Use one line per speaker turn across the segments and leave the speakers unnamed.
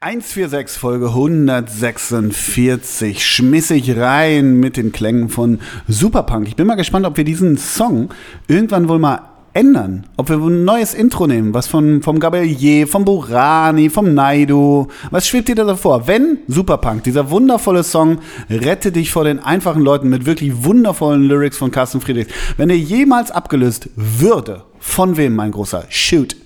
146 Folge 146 schmissig rein mit den Klängen von Superpunk. Ich bin mal gespannt, ob wir diesen Song irgendwann wohl mal ändern, ob wir ein neues Intro nehmen, was von, vom Gabelier, vom Burani, vom Naidu, was schwebt dir da so vor? Wenn Superpunk, dieser wundervolle Song, rette dich vor den einfachen Leuten mit wirklich wundervollen Lyrics von Carsten Friedrichs, wenn er jemals abgelöst würde, von wem, mein großer? Shoot.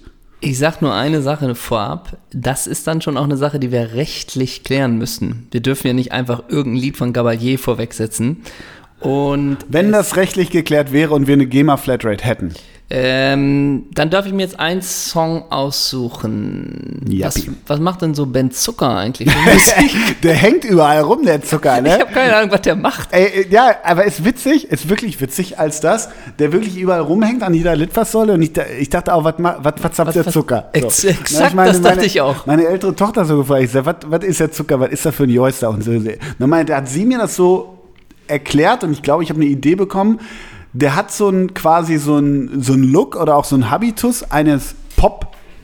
Ich sag nur eine Sache vorab. Das ist dann schon auch eine Sache, die wir rechtlich klären müssen. Wir dürfen ja nicht einfach irgendein Lied von Gabalier vorwegsetzen. Und
Wenn das rechtlich geklärt wäre und wir eine GEMA-Flatrate hätten.
ähm, dann darf ich mir jetzt einen Song aussuchen. Was,
Jappi.
was macht denn so Ben Zucker eigentlich? für Musik?
der hängt überall rum, der Zucker,
ich
ne?
habe keine Ahnung, was der macht.
Ey, äh, ja, aber ist witzig, ist wirklich witzig als das, der wirklich überall rumhängt an jeder Litfaßsäule und ich, da- ich dachte auch, was, ma- was, was zapft
Was-
der
was-
Zucker?
Ex- exakt, das dachte
meine,
ich auch.
Meine ältere Tochter so gefragt, ich sag, was, was ist der Zucker, was ist da für ein Joyster und so. Na, meine, da hat sie mir das so erklärt und ich glaube, ich habe eine Idee bekommen. Der hat so ein quasi so ein, so ein Look oder auch so ein Habitus eines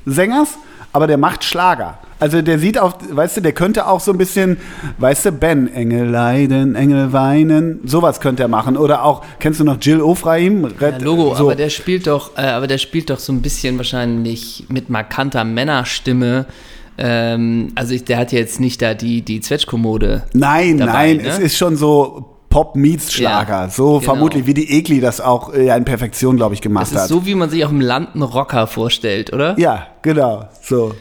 Pop-Sängers, aber der macht Schlager. Also der sieht auch, weißt du, der könnte auch so ein bisschen, weißt du, Ben, Engel leiden, Engel weinen, sowas könnte er machen. Oder auch, kennst du noch Jill Ofraim?
Ja,
Red-
Logo,
so.
aber der spielt doch, äh, aber der spielt doch so ein bisschen wahrscheinlich mit markanter Männerstimme. Ähm, also ich, der hat ja jetzt nicht da die, die Zwetschkommode.
Nein,
dabei,
nein,
ne?
es ist schon so Pop meets Schlager.
Ja,
so
genau.
vermutlich, wie die Egli das auch äh, in Perfektion, glaube ich, gemacht
Das ist
hat.
so, wie man sich auf dem Land einen Rocker vorstellt, oder?
ja, genau, so.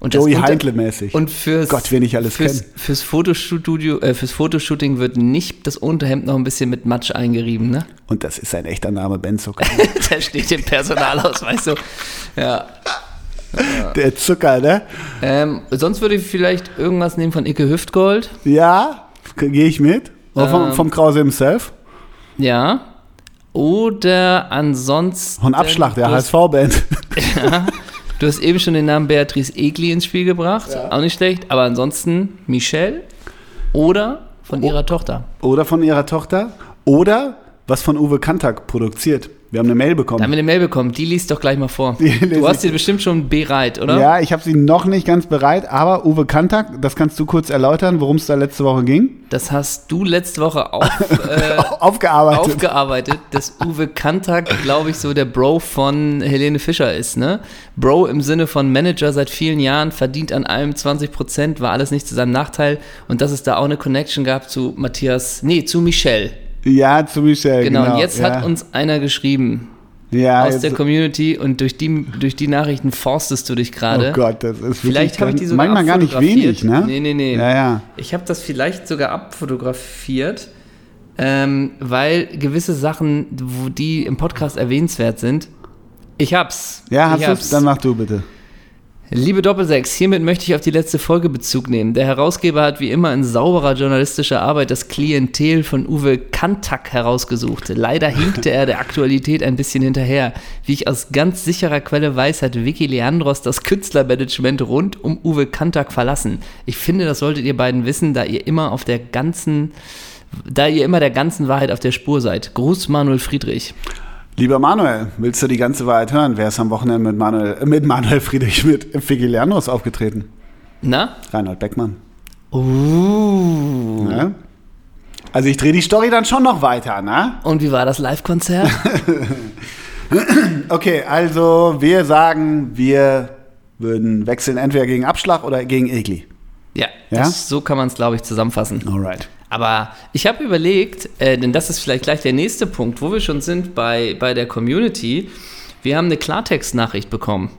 Und das
Joey
unter-
Heindle-mäßig.
Und fürs,
Gott, wen ich alles
fürs,
kenn.
fürs Fotostudio, äh, fürs Fotoshooting wird nicht das Unterhemd noch ein bisschen mit Matsch eingerieben, ne?
Und das ist ein echter Name, Ben Zucker.
da steht im Personalausweis so. Ja.
Der Zucker, ne?
Ähm, sonst würde ich vielleicht irgendwas nehmen von Icke Hüftgold.
Ja, gehe ich mit. Oder vom,
Ähm.
vom Krause himself.
Ja. Oder ansonsten.
Von Abschlag, der
du hast,
HSV-Band.
du hast eben schon den Namen Beatrice Egli ins Spiel gebracht. Auch nicht schlecht. Aber ansonsten Michelle oder von
Oh.
ihrer Tochter.
Oder von ihrer Tochter. Oder was von Uwe Kantak produziert. Wir haben eine Mail
Da haben
bekommen.
wir eine Mail bekommen. Die liest doch gleich mal vor.
lese
Du hast
ich.
sie bestimmt schon bereit, oder?
Ja, ich habe sie noch nicht ganz bereit, aber Uwe Kantak, das kannst du kurz erläutern, worum es da letzte Woche ging.
Das hast du letzte Woche auf, äh,
Aufgearbeitet.
aufgearbeitet, dass Uwe Kantak, glaube ich, so der Bro von Helene Fischer ist, ne? Bro im Sinne von Manager seit vielen Jahren, verdient an allem 20 Prozent, war alles nicht zu seinem Nachteil und dass es da auch eine Connection gab zu Matthias, nee, zu Michelle.
ja, zu Michelle.
Genau,
Genau,
und jetzt
ja. Also
hat uns einer geschrieben
ja,
aus
jetzt-
der Community und durch die, durch die Nachrichten forstest du dich gerade.
Oh Gott, das ist
Vielleicht habe ich die sogar
manchmal gar nicht
abfotografiert.
wenig, ne?
Nee, nee, nee.
Ja, ja.
Ich habe das vielleicht sogar abfotografiert, ähm, weil gewisse Sachen, wo die im Podcast erwähnenswert sind, ich hab's.
Ja,
ich
hast du's? Dann mach du bitte.
Liebe Doppelsechs, hiermit möchte ich auf die letzte Folge Bezug nehmen. Der Herausgeber hat wie immer in sauberer journalistischer Arbeit das Klientel von Uwe Kantak herausgesucht. Leider hinkte er der Aktualität ein bisschen hinterher. Wie ich aus ganz sicherer Quelle weiß, hat Vicky Leandros das Künstlermanagement rund um Uwe Kantak verlassen. Ich finde, das solltet ihr beiden wissen, da ihr immer auf der ganzen, da ihr immer der ganzen Wahrheit auf der Spur seid. Gruß Manuel Friedrich.
Lieber Manuel, willst du die ganze Wahrheit hören? Wer ist am Wochenende mit Manuel, äh, mit Manuel Friedrich mit Vicky Leandros aufgetreten?
Na?
Reinhold Beckmann.
Uh.
Ne? Also ich drehe die Story dann schon noch weiter, ne?
Und wie war das Live-Konzert?
Okay, also wir sagen, wir würden wechseln entweder gegen Abschlag oder gegen Egli.
Ja,
Ja?
Das, so kann man es, glaube ich, zusammenfassen.
Alright.
Aber ich habe überlegt, äh, denn das ist vielleicht gleich der nächste Punkt, wo wir schon sind bei, bei der Community. Wir haben eine Klartext-Nachricht bekommen.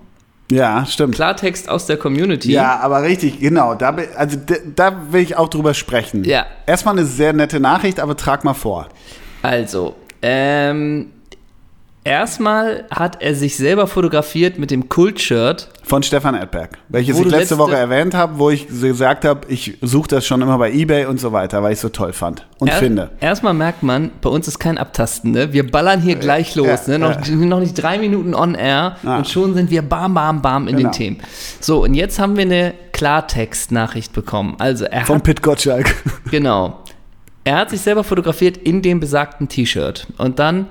Ja, stimmt.
Klartext aus der Community.
Ja, aber richtig, genau. Da, be- also d- da will ich auch drüber sprechen.
Ja.
Erstmal eine sehr nette Nachricht, aber trag mal vor.
Also, ähm, erstmal hat er sich selber fotografiert mit dem Kult-Shirt.
Von Stefan Edberg, welches
Wo
ich
du
letzte
letzte-
Woche erwähnt habe, wo ich gesagt habe, ich suche das schon immer bei Ebay und so weiter, weil ich es so toll fand und
Er-
finde.
Erstmal merkt man, bei uns ist kein Abtasten, ne? Wir ballern hier gleich los,
ja,
ne? Noch, noch nicht drei Minuten on air
Ah.
und schon sind wir bam, bam, bam in
Genau.
den Themen. So, und jetzt haben wir eine Klartext-Nachricht bekommen. Also, er
Von
hat,
Pit Gottschalk.
genau. Er hat sich selber fotografiert in dem besagten T-Shirt und dann,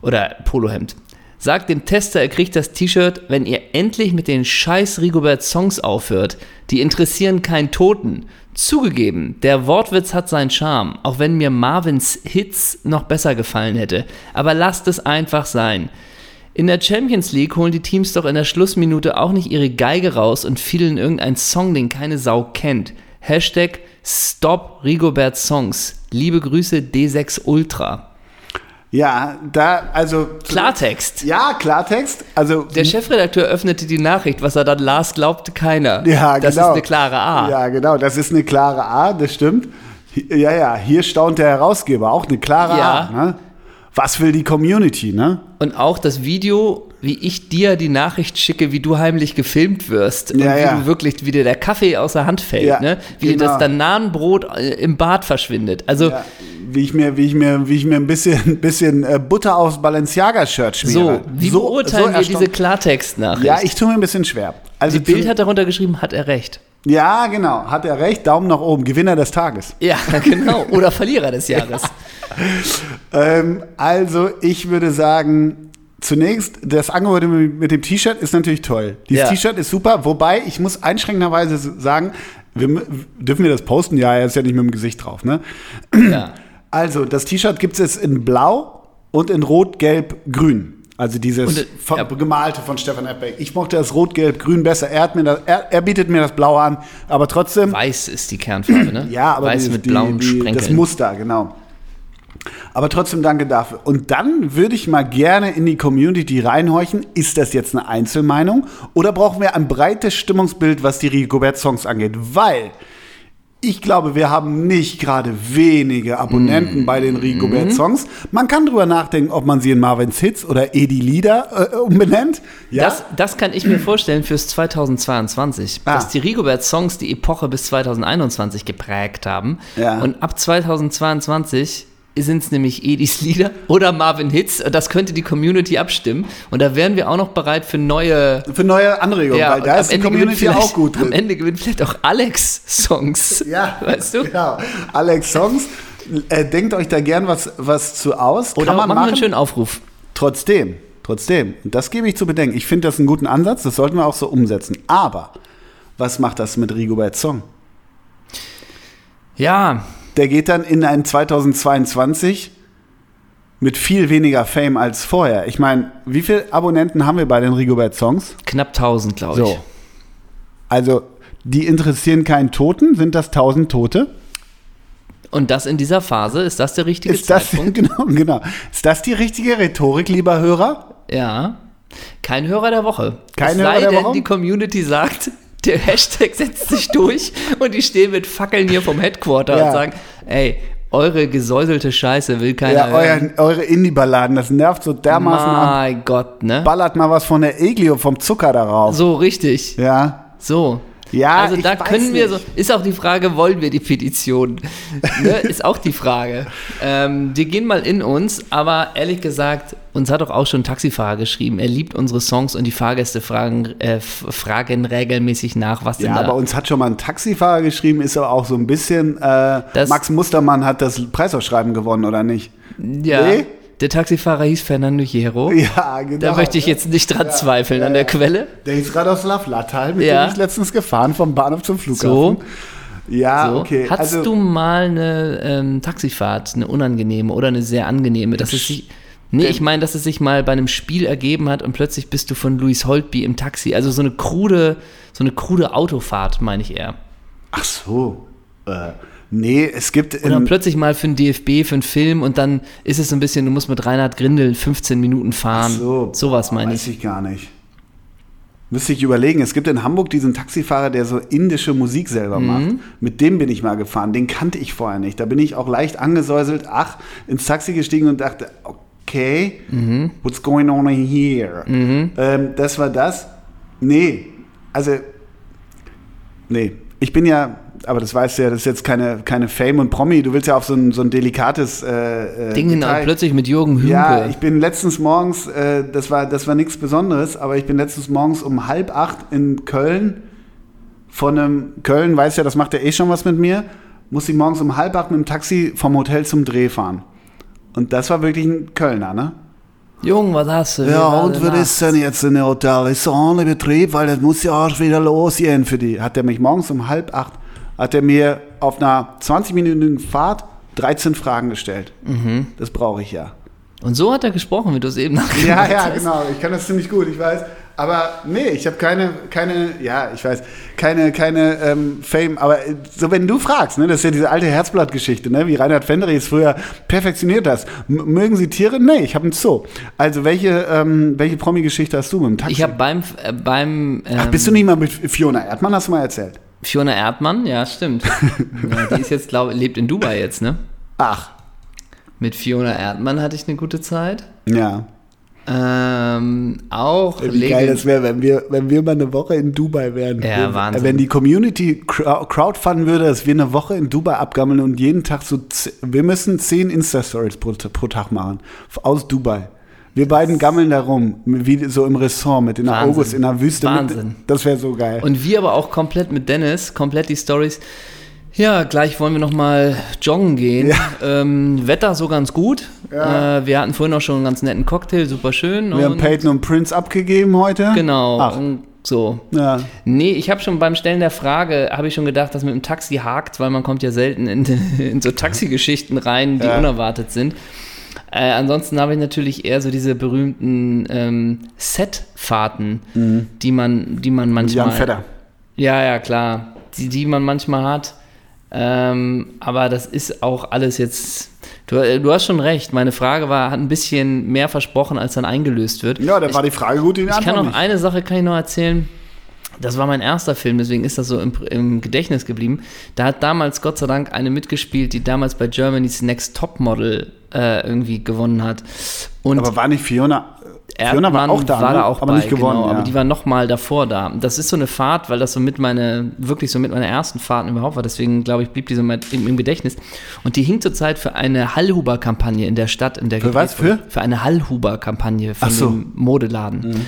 oder Polohemd. Sagt dem Tester, er kriegt das T-Shirt, wenn ihr endlich mit den scheiß Rigobert-Songs aufhört. Die interessieren keinen Toten. Zugegeben, der Wortwitz hat seinen Charme, auch wenn mir Marvins Hits noch besser gefallen hätte. Aber lasst es einfach sein. In der Champions League holen die Teams doch in der Schlussminute auch nicht ihre Geige raus und fielen irgendeinen Song, den keine Sau kennt. Hashtag Stop Rigobert Songs. Liebe Grüße D6 Ultra.
Ja, da, also.
Klartext.
Ja, Klartext. Also,
Der Chefredakteur öffnete die Nachricht, was er dann las, glaubte keiner.
ja,
das
genau.
ist eine klare A.
Ja, genau. Das ist eine klare A, das stimmt. Hi- Ja, ja, hier staunt der Herausgeber. Auch eine klare
Ja.
A. Ne? Was will die Community, ne?
Und auch das Video, wie ich dir die Nachricht schicke, wie du heimlich gefilmt wirst.
Ja,
und wie
ja.
du wirklich, wie dir der Kaffee aus der Hand fällt.
Ja,
ne? Wie dir
genau.
das Bananenbrot äh, im Bad verschwindet. Also,
Ja, wie ich mir, wie ich mir, wie ich mir ein bisschen, ein bisschen äh, Butter aufs Balenciaga-Shirt
so,
schmiere.
wie beurteilen wir
erstaunt-
diese Klartextnachricht?
Ja, ich tue mir ein bisschen schwer. Also
die Bild
zu-
hat darunter geschrieben, hat er recht.
ja, genau, hat er recht. Daumen nach oben, Gewinner des Tages.
Ja, genau. Oder Verlierer des Jahres.
Ähm, also ich würde sagen, zunächst das Angebot mit mit dem T-Shirt ist natürlich toll. Dieses
Ja.
T-Shirt ist super, wobei ich muss einschränkenderweise sagen, wir, mü- dürfen wir das posten? Ja, er ist ja nicht mit dem Gesicht drauf. Ne?
Ja.
Also das T-Shirt gibt es jetzt in Blau und in Rot, Gelb, Grün. Also dieses
Und, äh,
ver-
ja.
gemalte von Stefan Erdbeck. Ich mochte das Rot, Gelb, Grün besser. Er, hat mir das, er, er bietet mir das Blau an, aber trotzdem
Weiß ist die Kernfarbe, ne?
ja, aber
Weiß
dieses-
mit blauen Sprenkeln.
Das Muster, genau. Aber trotzdem danke dafür. Und dann würde ich mal gerne in die Community reinhorchen. Ist das jetzt eine Einzelmeinung oder brauchen wir ein breites Stimmungsbild, was die Rigobert-Songs angeht? Weil ich glaube, wir haben nicht gerade wenige
Mhm.
Abonnenten bei den Rigobert-Songs. Man kann drüber nachdenken, ob man sie in Marvins Hits oder Edi Lieder äh, umbenennt. Ja,
Das, das kann ich mir vorstellen fürs 2022,
Ah.
dass die Rigobert-Songs die Epoche bis 2021 geprägt haben.
Ja.
Und ab 2022 sind es nämlich Edis Lieder oder Marvin Hits. Das könnte die Community abstimmen. Und da wären wir auch noch bereit für neue.
für neue Anregungen, weil
und
da
am
ist die
Ende gewinnt
Community
vielleicht-
auch gut drin.
Am Ende gewinnt vielleicht auch Alex-Songs.
Ja,
Weißt du?
Genau. Alex Songs, äh, denkt euch da gern was, was zu aus.
Oder
Kann man
machen wir
machen.
einen schönen Aufruf.
Trotzdem, trotzdem. Und das gebe ich zu bedenken. Ich finde das einen guten Ansatz. Das sollten wir auch so umsetzen. Aber was macht das mit Rigobert Song?
Ja,
Der geht dann in ein 2022 mit viel weniger Fame als vorher. Ich meine, wie viele Abonnenten haben wir bei den Rigobert Songs?
knapp 1000, glaube ich.
So. Also, die interessieren keinen Toten. Sind das 1000 Tote?
Und das in dieser Phase, ist das der richtige
Ist das,
Zeitpunkt?
genau, genau. Ist das die richtige Rhetorik, lieber Hörer?
Ja. Kein Hörer der Woche.
Kein
es
Hörer
sei
der
denn,
Woche?
die Community sagt, der Hashtag setzt sich durch und die stehen mit Fackeln hier vom Headquarter
Ja.
und sagen, ey, eure gesäuselte Scheiße will keiner
Ja,
hören.
euer, eure Indie-Balladen, das nervt so dermaßen ab.
mein Gott, ne?
Ballert mal was von der Eglio, vom Zucker darauf.
So, richtig.
Ja.
So.
Ja,
also
Ah, ich
da
weiß
können wir so,
nicht.
ist auch die Frage, wollen wir die Petition? ne? Ist auch die Frage. Ähm, wir gehen mal in uns, aber ehrlich gesagt, uns hat doch auch schon ein Taxifahrer geschrieben, er liebt unsere Songs und die Fahrgäste fragen, äh, f- fragen regelmäßig nach, was denn
Ja,
da...
aber uns hat schon mal ein Taxifahrer geschrieben, ist aber auch so ein bisschen. Äh,
Das-
Max Mustermann hat das Preisausschreiben gewonnen, oder nicht?
ja,
Nee?
Der Taxifahrer hieß Fernando Hierro.
Ja, genau.
Da möchte ich jetzt nicht dran zweifeln an der Quelle.
Der ist Radoslav Lattal, mit
Ja.
dem ich letztens gefahren, vom Bahnhof zum
So.
Flughafen. Ja,
So.
Ah, okay. also-
Hattest du mal eine ähm, Taxifahrt, eine unangenehme oder eine sehr angenehme, dass es sich. Nee, ich meine, dass es sich mal bei einem Spiel ergeben hat und plötzlich bist du von Luis Holtby im Taxi. Also so eine krude, so eine krude Autofahrt, meine ich eher.
Ach so. Äh, nee, es gibt.
Oder
im-
plötzlich mal für einen DFB, für einen Film und dann ist es so ein bisschen, du musst mit Reinhard Grindel 15 Minuten fahren. Sowas
boah,
meine ich.
Weiß ich gar nicht. Müsste ich überlegen. Es gibt in Hamburg diesen Taxifahrer, der so indische Musik selber
Mhm.
macht. Mit dem bin ich mal gefahren. Den kannte ich vorher nicht. Da bin ich auch leicht angesäuselt, ach, ins Taxi gestiegen und dachte, okay,
Mhm.
what's going on here? Ähm, das war das. Nee, also, nee. Ich bin ja, aber das weißt du ja, das ist jetzt keine, keine Fame und Promi. Du willst ja auf so ein, so ein delikates äh, äh,
Ding hin und
Detail-
plötzlich mit Jürgen Hünke.
ja, ich bin letztens morgens, äh, das war, das war nichts Besonderes, aber ich bin letztens morgens um halb acht in Köln von einem, Köln weiß ja, das macht ja eh schon was mit mir, muss ich morgens um halb acht mit dem Taxi vom Hotel zum Dreh fahren. Und das war wirklich ein Kölner, ne?
Jung, was hast du?
Ja, und was ist denn jetzt in dem Hotel? Ist doch ohne Betrieb, weil das muss ja auch wieder losgehen für die. Hat er mich morgens um halb acht, hat er mir auf einer 20-minütigen Fahrt 13 Fragen gestellt. Das brauche ich ja.
Und so hat er gesprochen, wie du es eben
Ja,
nachgemacht
ja,
hast.
genau. Ich kann das ziemlich gut, ich weiß. Aber nee, ich habe keine, keine, ja, ich weiß, keine, keine ähm, Fame. Aber äh, so, wenn du fragst, ne, das ist ja diese alte Herzblatt-Geschichte, ne, wie Reinhard Fendrich es früher perfektioniert hat. M mögen sie Tiere? Nee, ich habe einen Zoo. Also, welche, ähm, welche Promi-Geschichte hast du mit dem Taxi?
Ich habe beim, äh, beim ähm,
Ach, bist du nicht mal mit Fiona Erdmann, hast du mal erzählt?
Fiona Erdmann, ja, stimmt. ja, die ist jetzt, glaube lebt in Dubai jetzt, ne?
Ach,
Mit Fiona Erdmann hatte ich eine gute Zeit.
ja.
Ähm, auch
Wie geil das wäre, wenn wir, wenn wir mal eine Woche in Dubai wären.
Ja,
Wenn-
Wahnsinn.
Wenn die Community crow- crowdfunden würde, dass wir eine Woche in Dubai abgammeln und jeden Tag so, ze- wir müssen zehn Insta-Stories pro, pro Tag machen. F- Aus Dubai. Wir beiden gammeln da rum, wie so im Ressort mit in der
Wahnsinn.
August, in der Wüste.
Wahnsinn.
Mit, das wäre so geil.
Und wir aber auch komplett mit Dennis, komplett die Stories. Ja, gleich wollen wir nochmal joggen gehen. Ähm, Wetter so ganz gut. Äh, wir hatten vorhin auch schon einen ganz netten Cocktail, super schön.
wir haben
und
Peyton und Prince abgegeben heute.
genau.
Ach,
Und so.
ja.
Nee, ich habe schon beim Stellen der Frage, habe ich schon gedacht, dass mit dem Taxi hakt, weil man kommt ja selten in, in so Taxigeschichten rein, die
Ja.
unerwartet sind. Äh, ansonsten habe ich natürlich eher so diese berühmten ähm, Set-Fahrten,
Mhm.
die, man, die man manchmal...
Jan Vetter.
Ja, ja, klar. Die, die man manchmal hat. Ähm, aber das ist auch alles jetzt. Du, äh, du hast schon recht. Meine Frage war, hat ein bisschen mehr versprochen, als dann eingelöst wird.
Ja, da war die Frage gut, die
Ich
Antwort
kann noch
nicht.
eine Sache kann ich noch erzählen. Das war mein erster Film, deswegen ist das so im, im Gedächtnis geblieben. Da hat damals Gott sei Dank eine mitgespielt, die damals bei Germany's Next Topmodel äh, irgendwie gewonnen hat. Und
Aber war nicht Fiona, Fiona
Erdmann
war auch da,
war
ne?
da auch
aber
bei,
nicht gewonnen.
genau,
ja.
aber die war noch mal davor da. Das ist so eine Fahrt, weil das so mit meine, wirklich so mit meiner ersten Fahrten überhaupt war. Deswegen, glaube ich, blieb die so mit im, im Gedächtnis. Und die hing zurzeit für eine Hallhuber-Kampagne in der Stadt, in der
Für was?
gedreht wurde. Für eine Hallhuber-Kampagne von
Ach so. Mhm.
dem Modeladen.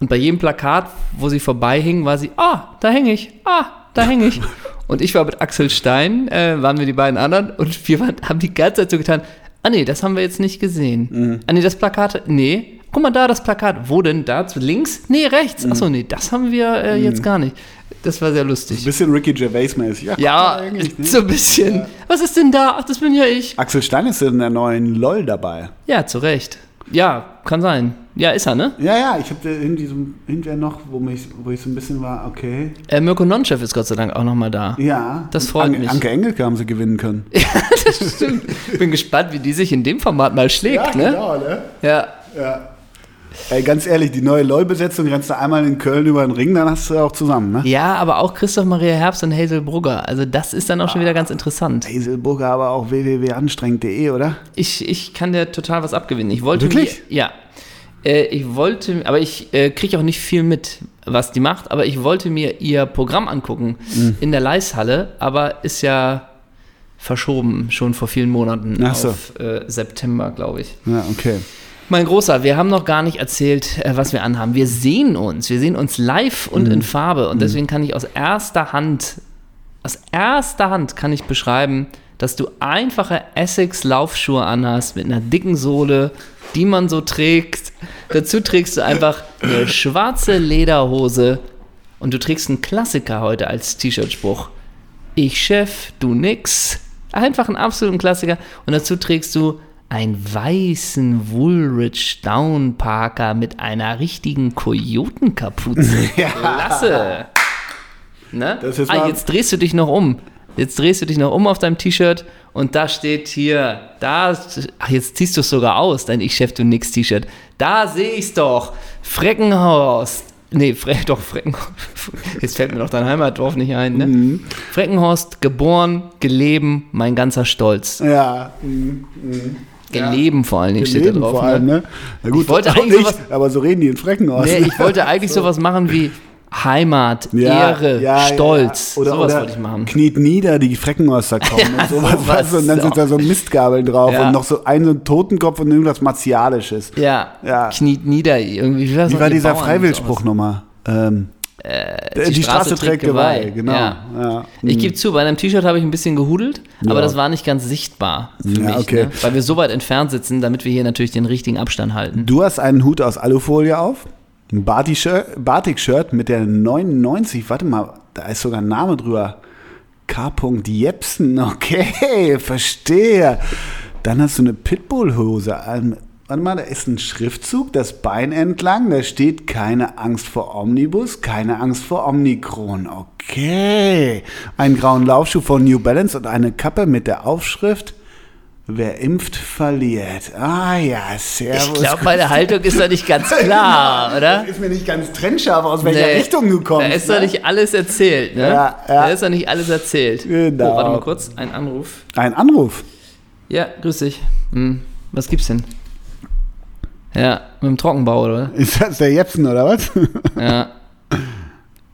Und bei jedem Plakat, wo sie vorbeihing, war sie, ah, da hänge ich, ah, da hänge ich. Und ich war mit Axel Stein, äh, waren wir die beiden anderen, und wir waren, haben die ganze Zeit so getan, ah nee, das haben wir jetzt nicht gesehen. Ah nee, das Plakat, nee. Guck mal da, das Plakat. Wo denn? Da? Zu links? Nee, rechts. Achso, nee, das haben wir äh, jetzt gar nicht. Das war sehr lustig.
bisschen Ricky Gervais-mäßig. guck
Ja,
mal, eigentlich, ne?
so ein bisschen. Was ist denn da? Ach, das bin ja ich.
Axel Stein ist in der neuen LOL dabei.
Ja, zu Recht. Ja, kann sein. Ja, ist er, ne?
Ja, ja, ich habe irgendwie so hinterher noch, wo, mich, wo ich so ein bisschen war, okay.
Äh, Mirko Nonchev ist Gott sei Dank auch nochmal da.
Ja.
Das freut
Anke,
mich.
Anke Engelke haben sie gewinnen können.
Stimmt. Bin gespannt, wie die sich in dem Format mal schlägt, ne?
ne?
Ja.
Ja. Ey, ganz ehrlich, die neue LOL-Besetzung rennst du einmal in Köln über den Ring, dann hast du auch zusammen, ne?
Ja, aber auch Christoph Maria Herbst und Hazel Brugger. Also das ist dann auch schon wieder ganz interessant.
Hazelburger, aber auch www.anstrengend.de, E, oder?
Ich, ich kann dir total was abgewinnen. Ich wollte
Wirklich?
Mir, ja. Äh, ich wollte, aber ich äh, kriege auch nicht viel mit, was die macht, aber ich wollte mir ihr Programm angucken
Hm.
in der Leishalle, aber ist ja verschoben schon vor vielen Monaten
Ach so.
auf äh, September, glaube ich.
Ja, okay.
Mein Großer, wir haben noch gar nicht erzählt, äh, was wir anhaben. Wir sehen uns. Wir sehen uns live und in Farbe. Und deswegen kann ich aus erster Hand, aus erster Hand kann ich beschreiben, dass du einfache Essex-Laufschuhe anhast mit einer dicken Sohle, die man so trägt. Dazu trägst du einfach eine schwarze Lederhose und du trägst einen Klassiker heute als T-Shirt-Spruch. Ich Chef, du nix. Einfach einen absoluten Klassiker. Und dazu trägst du einen weißen Woolrich Down Parker mit einer richtigen Kojotenkapuze. Klasse. Ne?
Das ist
ah,
mal-
jetzt drehst du dich noch um. Jetzt drehst du dich noch um auf deinem T-Shirt und da steht hier, da, ach, jetzt ziehst du es sogar aus, dein Ich Chef, du nix T-Shirt. Da sehe ich's doch. Freckenhorst. Nee, Fre doch, Freckenhorst. Jetzt fällt mir doch dein Heimatdorf nicht ein, ne?
Mhm.
Freckenhorst, geboren, geleben, mein ganzer Stolz.
Ja, mhm.
Geleben vor allen Dingen steht da
Leben
drauf.
vor allem,
ne?
ne? Na gut,
Ich wollte
auch nicht,
eigentlich sowas-
aber so reden die in Frecken aus. ne?
Nee, ich wollte eigentlich sowas machen wie Heimat,
Ja,
Ehre,
ja, ja,
Stolz.
ja. Oder,
sowas
oder
wollte ich machen.
Kniet nieder, die Freckenhäuser kommen und sowas.
sowas
weißt du, und dann
auch.
sind da so Mistgabeln drauf
Ja.
und noch so ein, so ein Totenkopf und irgendwas Martialisches.
Ja,
Ja.
kniet nieder irgendwie.
Wie war dieser Freiwillspruch
noch?
nochmal? Ähm,
äh,
Die, Straße, trägt Geweih, genau.
Ja.
Ja.
Ich gebe zu, bei einem T-Shirt habe ich ein bisschen gehudelt, aber
Ja.
das war nicht ganz sichtbar für
Ja,
mich,
okay.
ne? weil wir so weit entfernt sitzen, damit wir hier natürlich den richtigen Abstand halten.
Du hast einen Hut aus Alufolie auf, ein Barti-Shir- Batik-Shirt mit der 99, warte mal, da ist sogar ein Name drüber. K. Jepsen, okay, verstehe. Dann hast du eine Pitbull-Hose. an- Warte mal, da ist ein Schriftzug, das Bein entlang, da steht keine Angst vor Omnibus, keine Angst vor Omnikron. Okay. Einen grauen Laufschuh von New Balance und eine Kappe mit der Aufschrift Wer impft, verliert. Ah ja, servus.
ich glaube, meine Haltung ist doch nicht ganz
genau.
klar, oder?
Das ist mir nicht ganz trennscharf, aus welcher
Nee.
Richtung du kommst.
Da ist doch
ne?
nicht alles erzählt, ne?
Ja, ja.
Da ist doch nicht alles erzählt.
Genau.
Oh, warte mal kurz, ein Anruf.
Ein Anruf.
Ja, grüß dich. Hm, was gibt's denn? Ja, mit dem Trockenbau, oder?
Ist das der Jepsen oder was?
Ja.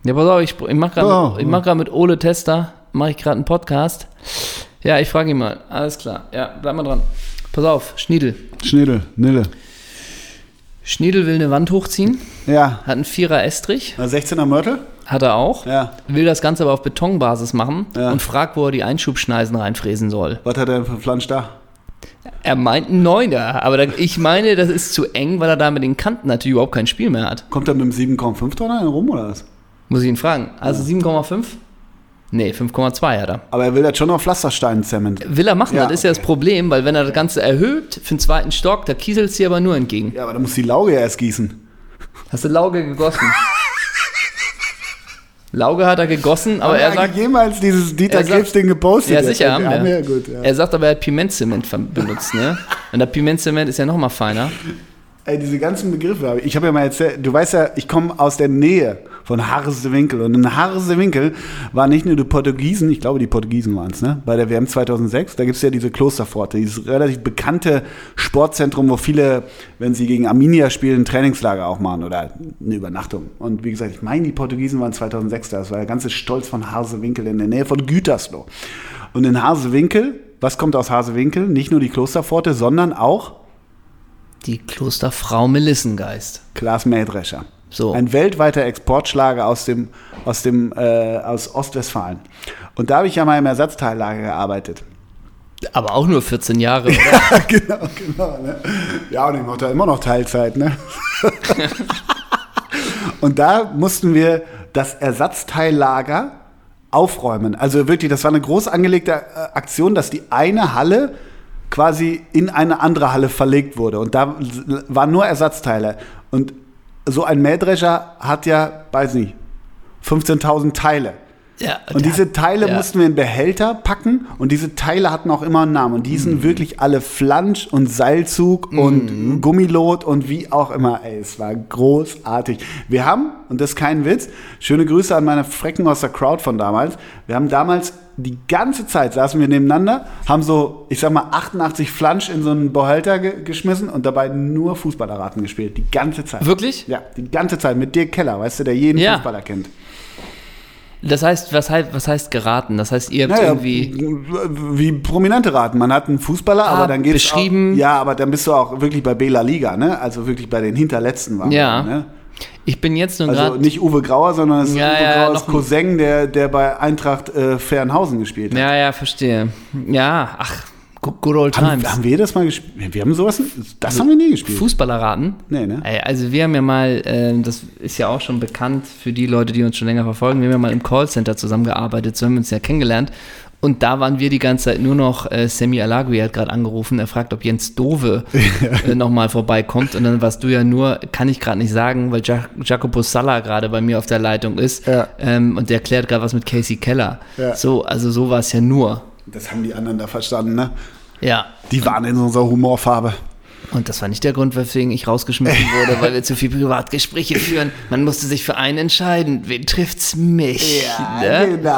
Ja, pass auf, ich, ich mache gerade
Oh.
ich mach grad mit Ole Tester, mache ich gerade einen Podcast. Ja, ich frage ihn mal. Alles klar. Ja, bleib mal dran. Pass auf, Schniedel.
Schnittel, Nille.
Schniedel will eine Wand hochziehen,
Ja.
hat einen Vierer Estrich,
16er Mörtel?
hat er auch.
Ja.
Will das Ganze aber auf Betonbasis machen
Ja.
und fragt, wo er die Einschubschneisen reinfräsen soll.
Was hat er denn für Flansch da?
Er meint einen Neuner, aber da, ich meine, das ist zu eng, weil er da mit den Kanten natürlich überhaupt kein Spiel mehr hat.
Kommt er mit dem 7,5 Tonner rum oder was?
Muss ich ihn fragen. Also 7,5? Nee, 5,2 hat er.
Aber er will jetzt schon noch Pflasterstein-Zement.
Will er machen,
Ja,
das ist ja das Problem, weil wenn er das Ganze erhöht für den zweiten Stock, da kieselt sie aber nur entgegen.
Ja, aber da muss die Lauge ja erst gießen.
Hast du Lauge gegossen? Lauge hat er gegossen, aber er sagt,
jemals dieses Dieter
er sagt-
Krebs-Ding gepostet?
ja sicher, haben
Ja,
wir.
gut, ja.
Er sagt aber, er hat Pimentzement ver- benutzt, ne? Und der Pimentzement ist ja nochmal feiner.
Ey, diese ganzen Begriffe. aber Ich habe ja mal erzählt, du weißt ja, ich komme aus der Nähe von Harsewinkel. Und in Harsewinkel waren nicht nur die Portugiesen, ich glaube, die Portugiesen waren es, ne? bei der WM 2006. Da gibt es ja diese Klosterpforte, dieses relativ bekannte Sportzentrum, wo viele, wenn sie gegen Arminia spielen, ein Trainingslager auch machen oder eine Übernachtung. Und wie gesagt, ich meine, die Portugiesen waren 2006 da. Das war der ganze Stolz von Harsewinkel in der Nähe von Gütersloh. Und in Harsewinkel, was kommt aus Harsewinkel? Nicht nur die Klosterpforte, sondern auch
Die Klosterfrau Melissengeist.
Klaas Mähdrescher.
So.
Ein weltweiter Exportschlager aus dem, aus dem, äh, aus Ostwestfalen. Und da habe ich ja mal im Ersatzteillager gearbeitet.
Aber auch nur 14 Jahre, oder?
genau, genau. Ne? Ja, und ich mache da immer noch Teilzeit, ne? und da mussten wir das Ersatzteillager aufräumen. Also wirklich, das war eine groß angelegte äh, Aktion, dass die eine Halle quasi in eine andere Halle verlegt wurde. Und da l- waren nur Ersatzteile. Und so ein Mähdrescher hat ja, weiß nicht, 15.000 Teile.
Ja,
Und
der-
diese Teile
ja.
mussten wir in Behälter packen und diese Teile hatten auch immer einen Namen. Und die
Mhm.
sind wirklich alle Flansch und Seilzug und Gummilot und wie auch immer. Ey, es war großartig. Wir haben, und das ist kein Witz, schöne Grüße an meine Frecken aus der Crowd von damals. Wir haben damals die ganze Zeit saßen wir nebeneinander, haben so, ich sag mal, 88 Flansch in so einen Behälter ge geschmissen und dabei nur Fußballerraten gespielt. Die ganze Zeit.
Wirklich?
Ja, die ganze Zeit mit Dirk Keller, weißt du, der jeden
Ja.
Fußballer kennt.
Das heißt, was, hei- was heißt geraten? Das heißt, ihr habt
Naja,
irgendwie. Ah,
wie Prominente raten. Man hat einen Fußballer, aber dann geht's
beschrieben.
Auch, ja, aber dann bist du auch wirklich bei Bela Liga, ne? Also wirklich bei den hinterletzten waren. wir,
Ja.
Ne?
Ich bin jetzt nur
Also
gerade.
nicht Uwe Grauer, sondern es ist
Ja,
Uwe
ja,
Grauers
noch ein-
Cousin, der, der bei Eintracht äh, Fernhausen gespielt hat.
Ja, ja, verstehe. Ja, ach, good, good old
Haben,
times.
haben wir das mal gespielt? Wir haben sowas. Das haben wir nie gespielt.
Fußballerraten?
Nee, ne?
Ey, Also wir haben ja mal, ähm, das ist ja auch schon bekannt für die Leute, die uns schon länger verfolgen, wir haben ja mal im Callcenter zusammengearbeitet, so haben wir uns ja kennengelernt. Und da waren wir die ganze Zeit nur noch, äh, Sammy Alagui hat gerade angerufen, er fragt, ob Jens Dove äh, nochmal vorbeikommt. Und dann warst du ja nur, kann ich gerade nicht sagen, weil Gia Jacopo Salla gerade bei mir auf der Leitung ist.
Ja.
Ähm, und der erklärt gerade was mit Casey Keller.
Ja.
So, also so war es ja nur.
Das haben die anderen da verstanden, ne?
Ja.
Die waren in unserer Humorfarbe.
Und das war nicht der Grund, weswegen ich rausgeschmissen wurde, weil wir zu viel Privatgespräche führen. Man musste sich für einen entscheiden. Wen trifft's mich? ne?
genau.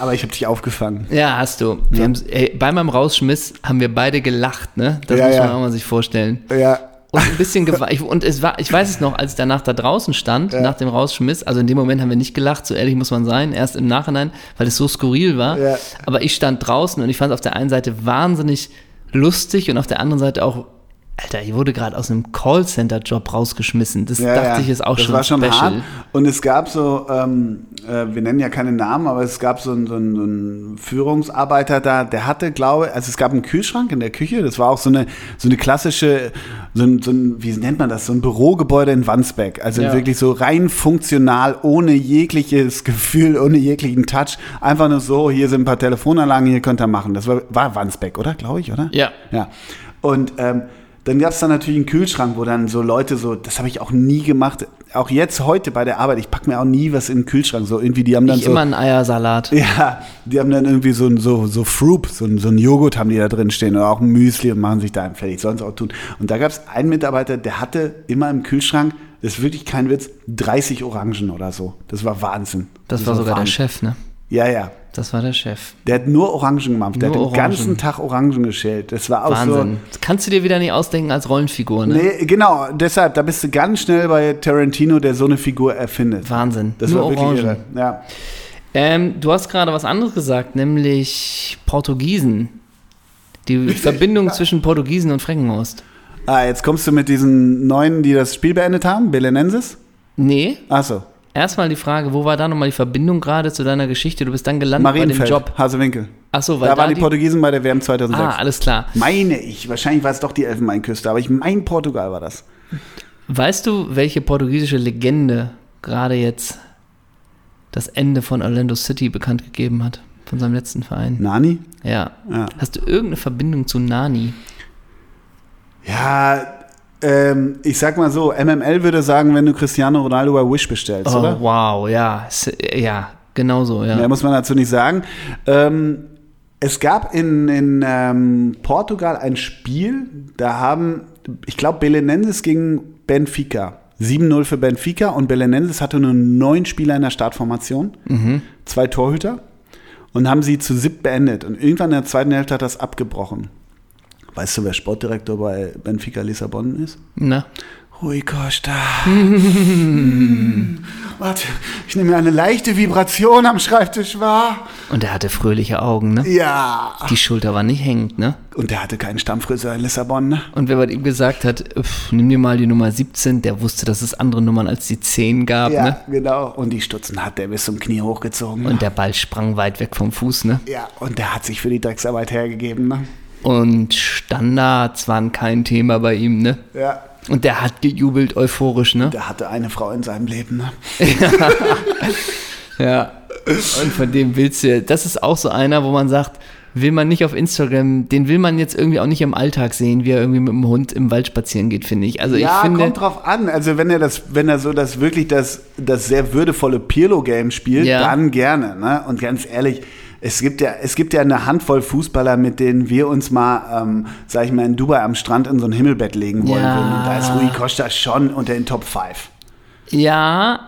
Aber ich habe dich aufgefangen.
ja hast du. Wir haben's- ey, bei meinem Rausschmiss haben wir beide gelacht, ne? Das
Ja,
muss man
ja.
auch mal sich vorstellen.
Ja.
Und ein bisschen gewe- ich, Und es war, ich weiß es noch, als ich danach da draußen stand, nach dem Rausschmiss, also in dem Moment haben wir nicht gelacht, so ehrlich muss man sein, erst im Nachhinein, weil es so skurril war.
Ja.
Aber ich stand draußen und ich fand es auf der einen Seite wahnsinnig lustig und auf der anderen Seite auch Alter, ich wurde gerade aus einem Callcenter-Job rausgeschmissen. Das
Ja,
dachte
ja.
ich ist auch
das
schon
war schon
special.
hart. Und es gab so, ähm, äh, wir nennen ja keine Namen, aber es gab so einen, so einen, so einen Führungsarbeiter da, der hatte, glaube ich, also es gab einen Kühlschrank in der Küche, das war auch so eine, so eine klassische, so ein, so ein, wie nennt man das, so ein Bürogebäude in Wandsbek. Also
Ja.
wirklich so rein funktional, ohne jegliches Gefühl, ohne jeglichen Touch. Einfach nur so, hier sind ein paar Telefonanlagen, hier könnt ihr machen. Das war, war Wandsbek, oder? Glaube ich, oder?
Ja.
Ja. Und ähm, dann gab es da natürlich einen Kühlschrank, wo dann so Leute so, das habe ich auch nie gemacht, auch jetzt heute bei der Arbeit, ich packe mir auch nie was in den Kühlschrank. So irgendwie, die haben dann
Ich
so.
immer einen Eiersalat.
Also- Ja, die haben dann irgendwie so ein so, so Froop, so ein, so ein Joghurt haben die da drin stehen oder auch ein Müsli und machen sich da einen fertig, sollen sie auch tun. Und da gab es einen Mitarbeiter, der hatte immer im Kühlschrank, das ist wirklich kein Witz, 30 Orangen oder so. Das war Wahnsinn.
Das, war sogar der
Wahnsinn.
Chef, ne?
Ja, ja.
Das war der Chef.
Der hat nur Orangen gemacht. Der
Nur
hat den
Orangen.
ganzen Tag Orangen geschält. Das war auch so.
Wahnsinn. Das kannst du dir wieder nicht ausdenken als Rollenfigur, ne?
Nee, genau, deshalb, da bist du ganz schnell bei Tarantino, der so eine Figur erfindet.
Wahnsinn.
Das
Nur
war wirklich
Orangen.
irre. Ja.
Ähm, du hast gerade was anderes gesagt, nämlich Portugiesen. Die Verbindung zwischen Portugiesen und Frankenhorst.
Ah, jetzt kommst du mit diesen Neuen, die das Spiel beendet haben, Belenenses?
Nee,
Achso,
erstmal die Frage, wo war da nochmal die Verbindung gerade zu deiner Geschichte? Du bist dann gelandet bei dem
Marienfeld,
Job.
Hasewinkel.
Achso, weil
Da
da,
waren die,
die,
Portugiesen bei der WM
Ah,
2006.
alles klar.
meine ich, wahrscheinlich war es doch die Elfenbeinküste, aber ich mein Portugal war das.
Weißt du, welche portugiesische Legende gerade jetzt das Ende von Orlando City bekannt gegeben hat? Von seinem letzten Verein.
Nani?
Ja.
Ja.
Hast du irgendeine Verbindung zu Nani?
Ja, ähm, ich sag mal so, MML würde sagen, wenn du Cristiano Ronaldo bei Wish bestellst, oder?
Oh, wow, ja. S- Ja, genau so, ja.
Mehr muss man dazu nicht sagen. Ähm, es gab in, in ähm, Portugal ein Spiel, da haben, ich glaube, Belenenses gegen Benfica. 7-0 für Benfica und Belenenses hatte nur neun Spieler in der Startformation, zwei Torhüter und haben sie zu siebt beendet. Und irgendwann in der zweiten Hälfte hat das abgebrochen. Weißt du, wer Sportdirektor bei Benfica Lissabon ist?
Na?
Rui Costa. Warte, ich nehme eine leichte Vibration am Schreibtisch wahr.
Und er hatte fröhliche Augen, ne?
Ja.
Die Schulter war nicht hängend, ne?
Und der hatte keinen Stammfriseur in Lissabon, ne?
Und wenn man ihm gesagt hat, "Pff, nimm dir mal die Nummer 17, der wusste, dass es andere Nummern als die 10 gab,
Ja,
ne?
genau. Und die Stutzen hat der bis zum Knie hochgezogen.
Und
ne?
der Ball sprang weit weg vom Fuß, ne?
ja, und der hat sich für die Drecksarbeit hergegeben, ne?
Und Standards waren kein Thema bei ihm, ne?
Ja.
Und der hat gejubelt, euphorisch, ne?
Der hatte eine Frau in seinem Leben, ne?
Ja. Und von dem willst du, das ist auch so einer, wo man sagt, will man nicht auf Instagram, den will man jetzt irgendwie auch nicht im Alltag sehen, wie er irgendwie mit dem Hund im Wald spazieren geht, finde ich. Also
ja,
ich finde,
kommt drauf an. Also wenn er das, wenn er so das wirklich das, das sehr würdevolle Pirlo-Game spielt,
Ja.
dann gerne. Ne? Und ganz ehrlich, es gibt ja, es gibt ja eine Handvoll Fußballer, mit denen wir uns mal, ähm, sag ich mal, in Dubai am Strand in so ein Himmelbett legen wollen
Ja.
würden. Und da ist Rui Costa schon unter den Top 5.
ja,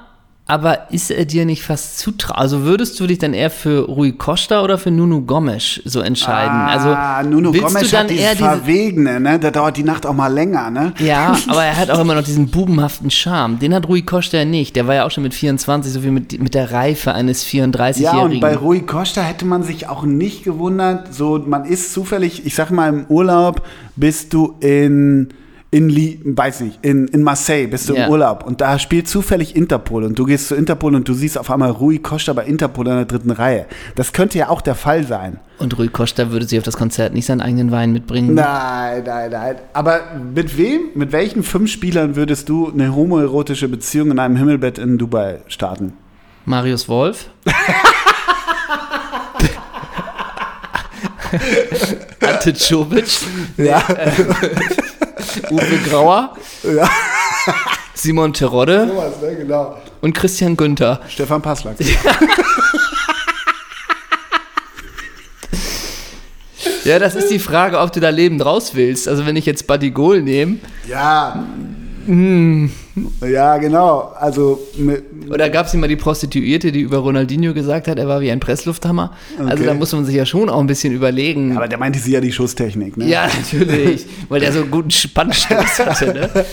aber ist er dir nicht fast zutraut? Also würdest du dich dann eher für Rui Costa oder für Nuno Gomes so entscheiden? also
Ah, Nuno
willst
Gomes
du dann
hat dieses
eher diese,
Verwegene, ne? Da dauert die Nacht auch mal länger, ne?
Ja, aber er hat auch immer noch diesen bubenhaften Charme. Den hat Rui Costa ja nicht. Der war ja auch schon mit 24 so viel mit, mit der Reife eines 34-Jährigen.
Ja, und bei Rui Costa hätte man sich auch nicht gewundert. So, man ist zufällig, ich sag mal, im Urlaub bist du in, in Li, weiß nicht, in, in Marseille bist du
Ja.
im Urlaub und da spielt zufällig Interpol und du gehst zu Interpol und du siehst auf einmal Rui Costa bei Interpol in der dritten Reihe. Das könnte ja auch der Fall sein.
Und Rui Costa würde sich auf das Konzert nicht seinen eigenen Wein mitbringen.
Nein, nein, nein. Aber mit wem, mit welchen fünf Spielern würdest du eine homoerotische Beziehung in einem Himmelbett in Dubai starten?
Marius Wolf. Ante Czovic.
Ja.
Uwe Grauer. Simon Terodde.
Sowas, ne, genau.
Und Christian Günther.
Stefan Passlack.
Ja, das ist die Frage, ob du da lebend raus willst. Also wenn ich jetzt Buddy Goal nehme,
Ja, Ja, genau. Also mit,
Oder gab es immer die Prostituierte, die über Ronaldinho gesagt hat, er war wie ein Presslufthammer? Also
Okay.
da muss man sich ja schon auch ein bisschen überlegen.
aber der meinte sie ja die Schusstechnik, ne?
ja, natürlich, weil der so einen guten Spannstoß hatte.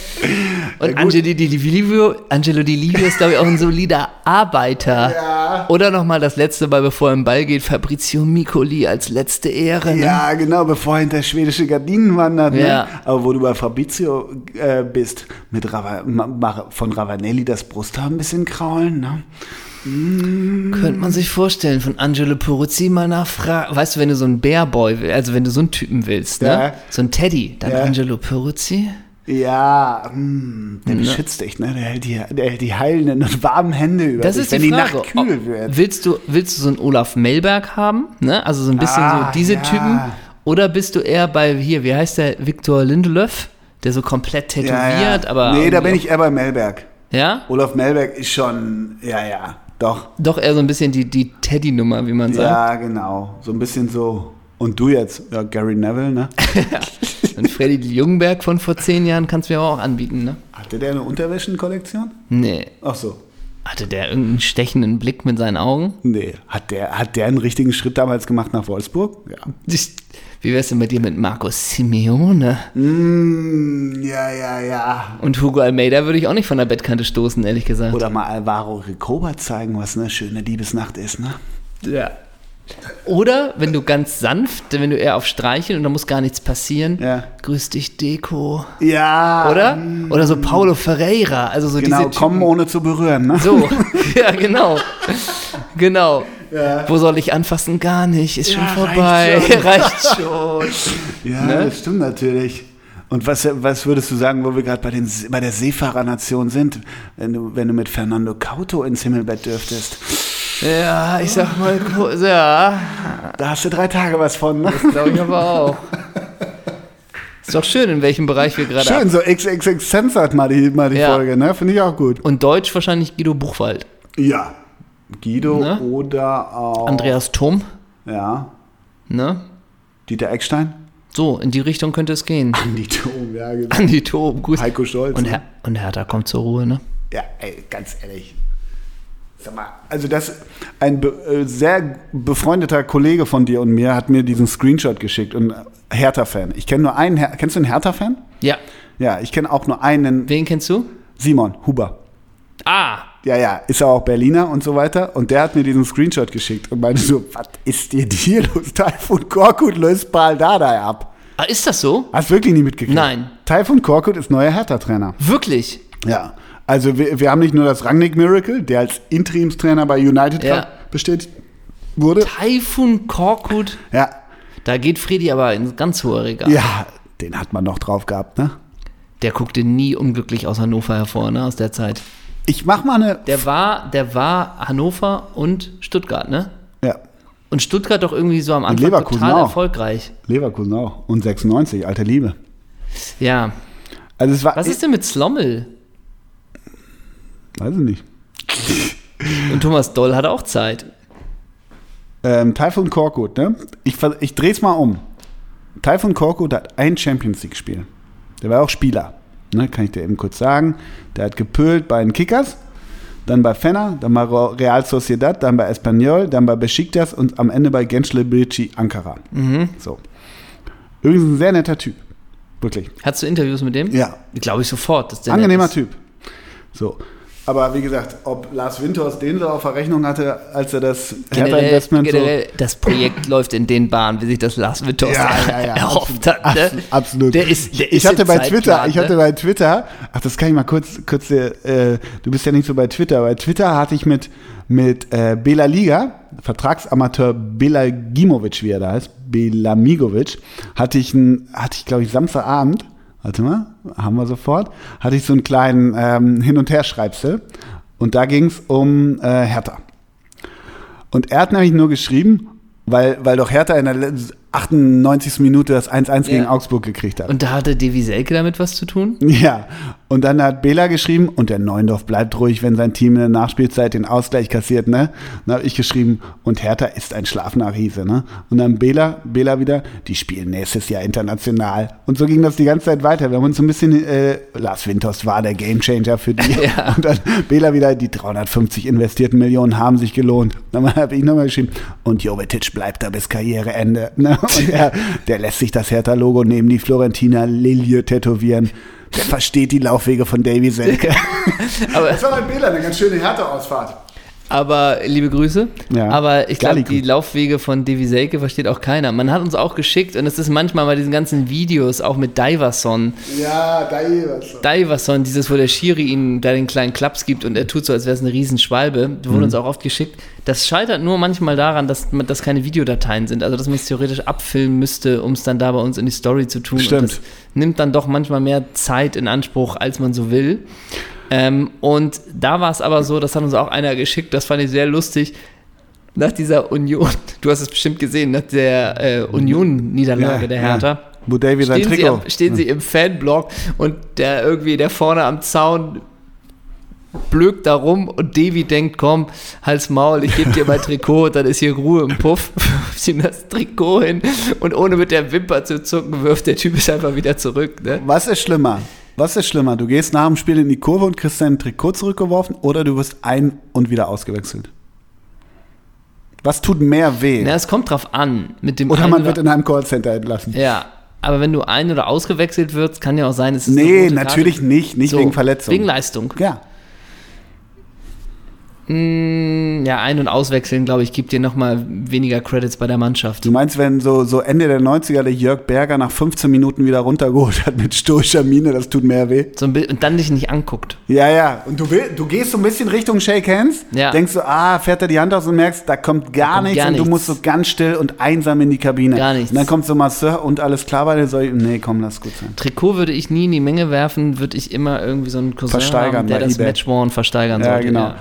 Ne? Und Angelo Di Livio, Angelo Di Livio ist, glaube ich, auch ein solider Arbeiter.
Ja.
Oder nochmal das letzte Mal, bevor er im Ball geht, Fabrizio Micoli als letzte Ehre. Ne?
Ja, genau, bevor hinter schwedische Gardinen wandert.
Ja.
Ne? Aber wo du bei Fabrizio äh, bist, mit Rava, Ma- Ma- von Ravanelli das Brusthaar ein bisschen kraulen, ne?
Könnte man sich vorstellen, von Angelo Peruzzi mal nachfragen. Weißt du, wenn du so einen Bearboy willst, also wenn du so einen Typen willst, ne?
Ja.
So einen Teddy, dann
Ja.
Angelo Peruzzi.
Ja, hm, der beschützt dich, ne? Der hält die, der hält die heilenden und warmen Hände über
Das
dich,
ist
wenn
die
die
Frage.
Nacht kühl wird.
Willst du, willst du so einen Olaf Mellberg haben? Ne? Also so ein bisschen
Ah,
so diese
ja.
Typen. Oder bist du eher bei, hier, wie heißt der, Viktor Lindelöf? Der so komplett tätowiert, aber.
nee, da bin ich eher bei Melberg.
Ja?
Olaf Melberg ist schon, ja, ja, doch.
Doch eher so ein bisschen die, die Teddy-Nummer, wie man sagt.
Ja, genau. So ein bisschen so. Und du jetzt? Ja, Gary Neville, ne?
Und Freddy Jungberg von vor zehn Jahren kannst du mir aber auch anbieten, ne?
Hatte der eine Unterwäschenkollektion?
Nee.
Ach so.
Hatte der irgendeinen stechenden Blick mit seinen Augen?
Nee. Hat der, hat der einen richtigen Schritt damals gemacht nach Wolfsburg? Ja.
Ich- Wie wär's denn bei dir mit Markus Simeone?
Mm, ja, ja, ja.
Und Hugo Almeida würde ich auch nicht von der Bettkante stoßen, ehrlich gesagt.
Oder mal Alvaro Recoba zeigen, was eine schöne Liebesnacht ist, ne?
Ja. Oder wenn du ganz sanft, wenn du eher auf Streicheln und da muss gar nichts passieren,
Ja.
grüß dich Deko.
Ja.
Oder? Oder so Paulo Ferreira. Also so
Genau,
diese Typen.
kommen ohne zu berühren, ne?
So, ja, genau. Genau.
Ja.
Wo soll ich anfassen? Gar nicht. Ist schon
Ja,
vorbei. Reicht schon.
Ja, das stimmt natürlich. Und was, was würdest du sagen, wo wir gerade bei, den See- bei der Seefahrernation sind, wenn du, wenn du mit Fernando Cauto ins Himmelbett dürftest?
Ja, ich sag mal, kurz- ja,
Da hast du drei Tage was von, ne?
glaube ich aber auch. Ist doch schön, in welchem Bereich wir gerade ab-
Schön, so XXX Sense hat mal die, mal die
Ja.
Folge, ne? Finde ich auch gut.
Und Deutsch wahrscheinlich Guido Buchwald.
Ja. Guido
Ne?
oder auch.
Andreas Thom,
Ja.
ne?
Dieter Eckstein?
So, in die Richtung könnte es gehen.
Andi Thom, ja, genau.
Andi Toben, gut.
Heiko Scholz.
Und,
ne?
Her und Hertha kommt zur Ruhe, ne?
Ja, ey, ganz ehrlich. Sag mal, also das ein be äh, sehr befreundeter Kollege von dir und mir hat mir diesen Screenshot geschickt und äh, Hertha-Fan. Ich kenne nur einen. Her Kennst du einen Hertha-Fan?
Ja.
Ja, ich kenne auch nur einen.
Wen kennst du?
Simon Huber.
Ah,
Ja, ja, ist ja auch Berliner und so weiter. Und der hat mir diesen Screenshot geschickt und meinte so, was ist dir hier los? Taifun Korkut löst Paul Dardai ab.
ah, ist das so?
Hast du wirklich nie mitgekriegt?
Nein.
Taifun Korkut ist neuer Hertha-Trainer.
Wirklich?
Ja, also wir, wir haben nicht nur das Rangnick Miracle, der als Interimstrainer bei United
Ja.
gerade bestätigt wurde.
Taifun Korkut.
Ja,
Da geht Freddy aber in ganz hohe Regal.
ja, den hat man noch drauf gehabt, ne?
Der guckte nie unglücklich aus Hannover hervor, ne? Aus der Zeit.
Ich mach mal eine.
Der war, der war Hannover und Stuttgart, ne?
Ja,
Und Stuttgart doch irgendwie so am Anfang
Leverkusen
total
auch.
erfolgreich.
Leverkusen auch. Und 96, alte Liebe.
Ja.
Also es war.
Was ist denn mit Slommel?
Weiß ich nicht.
Und Thomas Doll hatte auch Zeit.
Ähm, Taifun Korkut, ne? Ich, ver- ich dreh's mal um. Taifun Korkut hat ein Champions League-Spiel. Der war auch Spieler. Ne, kann ich dir eben kurz sagen. Der hat gepölt bei den Kickers, dann bei Fenner, dann bei Ro- Real Sociedad, dann bei Espanyol, dann bei Besiktas und am Ende bei Gençlerbirlici Ankara.
Mhm.
So. Übrigens ein sehr netter Typ. Wirklich.
Hattest du Interviews mit dem?
Ja.
Glaube ich sofort. Dass der
Angenehmer
nett ist.
Typ. So. Aber wie gesagt, ob Lars Winters den so auf der Rechnung hatte, als er das
Generell,
Hertha-Investment so...
generell das Projekt läuft in den Bahnen, wie sich das Lars Wittos
Ja, ja, ja,
erhofft hat. Ne?
Absolut. absolut.
Der ist, der
ich
ist
hatte
im
bei
Zeitplan,
Twitter, ich
ne?
hatte bei Twitter, ach, das kann ich mal kurz, kurz, äh, du bist ja nicht so bei Twitter, bei Twitter hatte ich mit, mit äh, Bela Liga, Vertragsamateur Bela Gimovic, wie er da heißt, Bela Migovic, hatte ich, einen- hatte ich glaube ich, Samstagabend, warte mal, haben wir sofort, hatte ich so einen kleinen ähm, Hin- und Herschreibsel und da ging es um äh, Hertha. Und er hat nämlich nur geschrieben, weil, weil doch Hertha in der le- 98. Minute das 1-1 gegen
Ja.
Augsburg gekriegt hat.
Und da hatte Devi Selke damit was zu tun?
ja, Und dann hat Bela geschrieben, und der Neundorf bleibt ruhig, wenn sein Team in der Nachspielzeit den Ausgleich kassiert, ne? Dann habe ich geschrieben, und Hertha ist ein Schlafnachriese, ne? Und dann Bela, Bela wieder, die spielen nächstes Jahr international. Und so ging das die ganze Zeit weiter. Wir haben uns so ein bisschen, äh, Lars Winters war der Gamechanger für die.
Ja.
Und dann Bela wieder, die 350 investierten Millionen haben sich gelohnt. Dann habe ich nochmal geschrieben, und Jovetic bleibt da bis Karriereende. Ne? Und er, der lässt sich das Hertha-Logo neben die Florentiner Lilie tätowieren. Der versteht die Laufwege von Davy Selke.
Aber,
war bei Bela eine ganz schöne Hertha-Ausfahrt.
aber liebe Grüße.
Ja.
Aber ich glaube,
Galli-Grüße.
die Laufwege von Devi Selke versteht auch keiner. Man hat uns auch geschickt und es ist manchmal bei diesen ganzen Videos, auch mit Diverson.
Ja, da jeweils.
Diverson, dieses, wo der Schiri ihm da den kleinen Klaps gibt und er tut so, als wäre es eine Riesenschwalbe, wurde uns auch oft geschickt. Das scheitert nur manchmal daran, dass, dass keine Videodateien sind. Also, dass man es theoretisch abfilmen müsste, um es dann da bei uns in die Story zu tun.
Stimmt.
Und das nimmt dann doch manchmal mehr Zeit in Anspruch, als man so will. Ähm, und da war es aber so, das hat uns auch einer geschickt, das fand ich sehr lustig. Nach dieser Union, du hast es bestimmt gesehen, nach der äh, Union-Niederlage der Hertha
Wo Davy sein
stehen, sie,
Trikot. Hm.
am, stehen sie im Fanblock und der irgendwie der vorne am Zaun blökt da rum und Devi denkt, komm, Hals Maul, ich gebe dir mein Trikot, dann ist hier Ruhe im Puff, wirft ihm das Trikot hin und ohne mit der Wimper zu zucken, wirft der Typ es einfach wieder zurück. Ne?
Was ist schlimmer? Was ist schlimmer? Du gehst nach dem Spiel in die Kurve und kriegst dein Trikot zurückgeworfen oder du wirst ein- und wieder ausgewechselt? Was tut mehr weh?
Na, es kommt drauf an. Mit dem
oder
einen
man
oder-
wird in einem Callcenter entlassen?
Ja, aber wenn du ein- oder ausgewechselt wirst, kann ja auch sein, es ist eine
nee,
rote Karte.
natürlich nicht. Nicht
So,
wegen Verletzung.
Wegen Leistung.
ja.
Mm, Ja, ein- und auswechseln, glaube ich, gibt dir nochmal weniger Credits bei der Mannschaft.
Du meinst, wenn so, so Ende der 90er der Jörg Berger nach 15 Minuten wieder runtergeholt hat mit stoischer Miene, das tut mehr weh?
So ein Bild und dann dich nicht anguckt.
Ja, ja. Und du, will, du gehst so ein bisschen Richtung Shake Hands,
Ja.
denkst so, ah, fährt er die Hand aus und merkst, da kommt gar
kommt
nichts
gar
und du
nichts.
musst so ganz still und einsam in die Kabine.
Gar nichts.
Und dann kommt so Masseur und alles klar bei dir, soll ich, nee, komm, lass gut sein.
Trikot würde ich nie in die Menge werfen, würde ich immer irgendwie so einen Cousin
Versteigern
haben, der
bei
das
eBay.
Matchworn versteigern
Ja,
sollte.
genau.
Ja.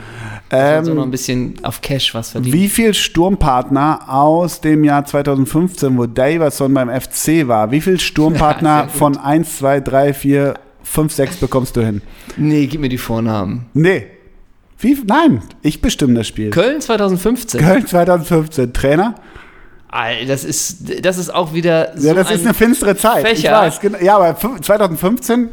Ähm, so noch ein bisschen auf Cash was verdienen.
Wie viel Sturmpartner aus dem Jahr 2015, wo Davison beim FC war, wie viel
Ja,
Sturmpartner
sehr gut.
von 1, 2, 3, 4, 5, 6 bekommst du hin?
Nee, gib mir die Vornamen.
Nee. Wie, nein, ich bestimme das Spiel.
Köln 2015.
Köln 2015, Trainer?
Alter, das ist, das ist auch wieder so
Ja, das
ein,
ist eine finstere Zeit. Ich
Fächer.
weiß, genau. Ja, aber fün- 2015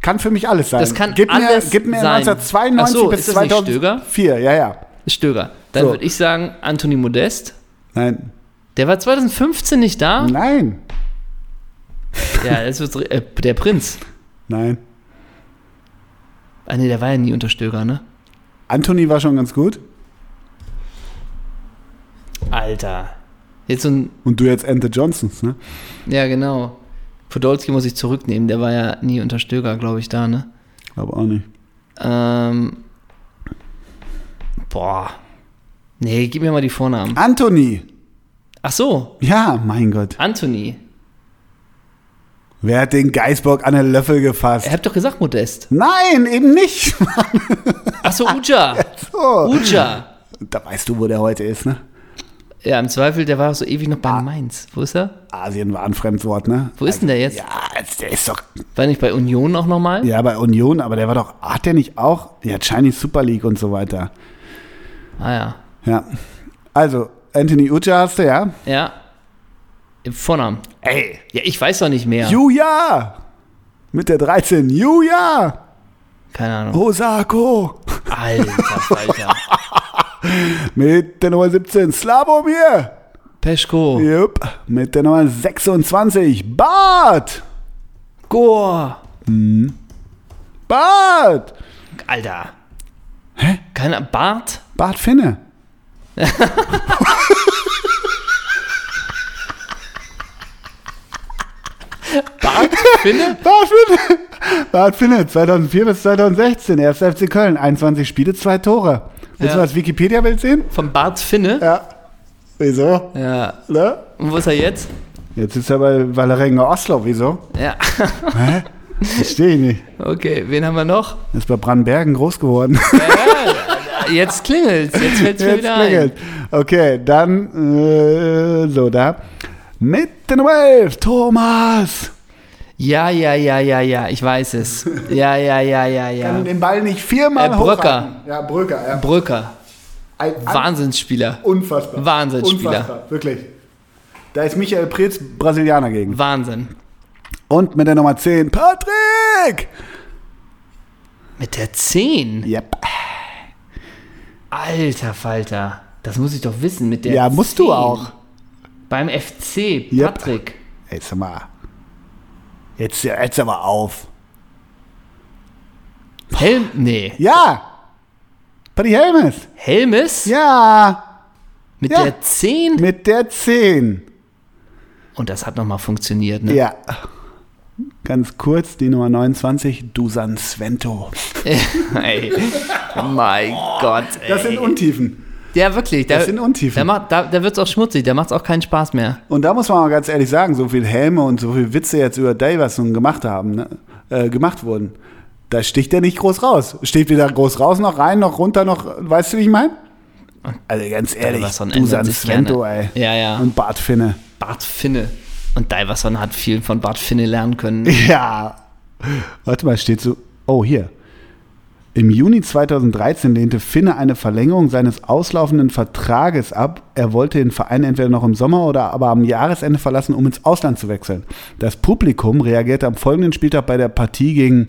kann für mich alles sein.
Das kann
gib
alles
mir, gib mir
sein.
1992
Ach so,
bis
ist das nicht
2004, ja, ja.
Stöger. Dann
So.
würde ich sagen, Anthony Modest.
Nein,
Der war 2015 nicht da.
nein,
Ja, das wird's, äh, der Prinz.
nein.
Ah nee, der war ja nie unter Stöger, ne?
Anthony war schon ganz gut
Alter. Jetzt so ein
und du jetzt Ente Johnsons, ne?
Ja, genau. Podolski muss ich zurücknehmen, der war ja nie unter Stöger, glaube ich, da, ne?
Aber auch nicht.
Ähm, boah. Nee, gib mir mal die Vornamen.
Anthony.
Ach so,
Ja, mein Gott.
Anthony.
Wer hat den Geisbock an den Löffel gefasst?
Ihr habt doch gesagt Modest.
Nein, eben nicht.
Ach so, Uja.
So.
Uja.
Da weißt du, wo der heute ist, ne?
Ja, im Zweifel, der war auch so ewig noch bei Mainz. Wo ist er?
Asien war ein Fremdwort, ne?
Wo ist denn der jetzt?
Ja, der ist doch
War nicht bei Union auch nochmal?
Ja, bei Union, aber der war doch, hat der nicht auch? Ja, Chinese Super League und so weiter.
Ah ja.
Ja. Also, Anthony Ucha hast du, ja?
Ja. Im Vornamen.
Ey.
Ja, ich weiß doch nicht mehr.
Juja! Mit der 13. Juja!
Keine Ahnung.
Osako!
Alter, Alter.
Mit der Nummer 17. Slavomir!
Peschko.
Jupp. Mit der Nummer 26. Bart!
Gore.
Bart!
Alter. Hä? Keine Bart?
Bart Finne.
Bart? Finde?
Bart Finne! Bart Finne, 2004 bis 2016. 1. FC Köln, 21 Spiele, 2 Tore. Willst
Ja.
du das Wikipedia-Bild sehen?
Von Bart Finne?
Ja. Wieso?
Ja.
Ne?
Und wo ist er jetzt?
Jetzt ist er bei Valerenga Oslo, wieso?
Ja.
Verstehe ich nicht.
Okay, wen haben wir noch?
Er ist bei Brandenbergen groß geworden.
Jetzt klingelt's. Jetzt fällt's mir
Jetzt
wieder
klingelt. Okay, dann äh, so da. Mit der Nummer 11, Thomas.
ein. Ja, ja, ja, ja, ja, ich weiß es. Ja, ja, ja, ja, ja.
Kann den Ball nicht viermal
Äh,
hochhalten.
Bröcker.
Ja, Brücker. Ja.
Brücker,
Ein, ein,
Wahnsinnsspieler.
Unfassbar.
Wahnsinnsspieler.
Unfassbar, wirklich. Da ist Michael Preetz Brasilianer gegen.
Wahnsinn.
Und mit der Nummer 10, Patrick!
Mit der 10?
Yep.
Alter Falter. Das muss ich doch wissen mit der
Ja, musst du
10.
auch.
Beim FC,
Yep.
Patrick.
Jetzt sag mal. Jetzt, jetzt aber auf.
Helm, nee.
Ja! Paddy Helmes!
Helmes
Ja!
mit
Ja.
der 10?
Mit der 10.
Und das hat nochmal funktioniert, ne?
Ja. Ganz kurz, die Nummer 29, Dusan Svento.
ey. Mein Gott, ey.
Das sind Untiefen.
ja, wirklich. Da,
das sind Untiefen.
Da, macht, da, da wird's auch schmutzig, da macht's auch keinen Spaß mehr.
Und da muss man mal ganz ehrlich sagen, so viel Helme und so viel Witze jetzt über Davison gemacht haben, ne? äh, gemacht wurden, da sticht er nicht groß raus. Sticht er da groß raus, noch rein, noch runter, noch, weißt du, wie ich meine? Also ganz ehrlich,
Davison
Dusan
ändert sich
Svento, ey.
gerne. Ja, ja.
Und Bart Finne.
Bart Finne. Und Diverson hat viel von Bart Finne lernen können.
Ja. Warte mal, steht so. Oh, hier. Im Juni 2013 lehnte Finne eine Verlängerung seines auslaufenden Vertrages ab. Er wollte den Verein entweder noch im Sommer oder aber am Jahresende verlassen, um ins Ausland zu wechseln. Das Publikum reagierte am folgenden Spieltag bei der Partie gegen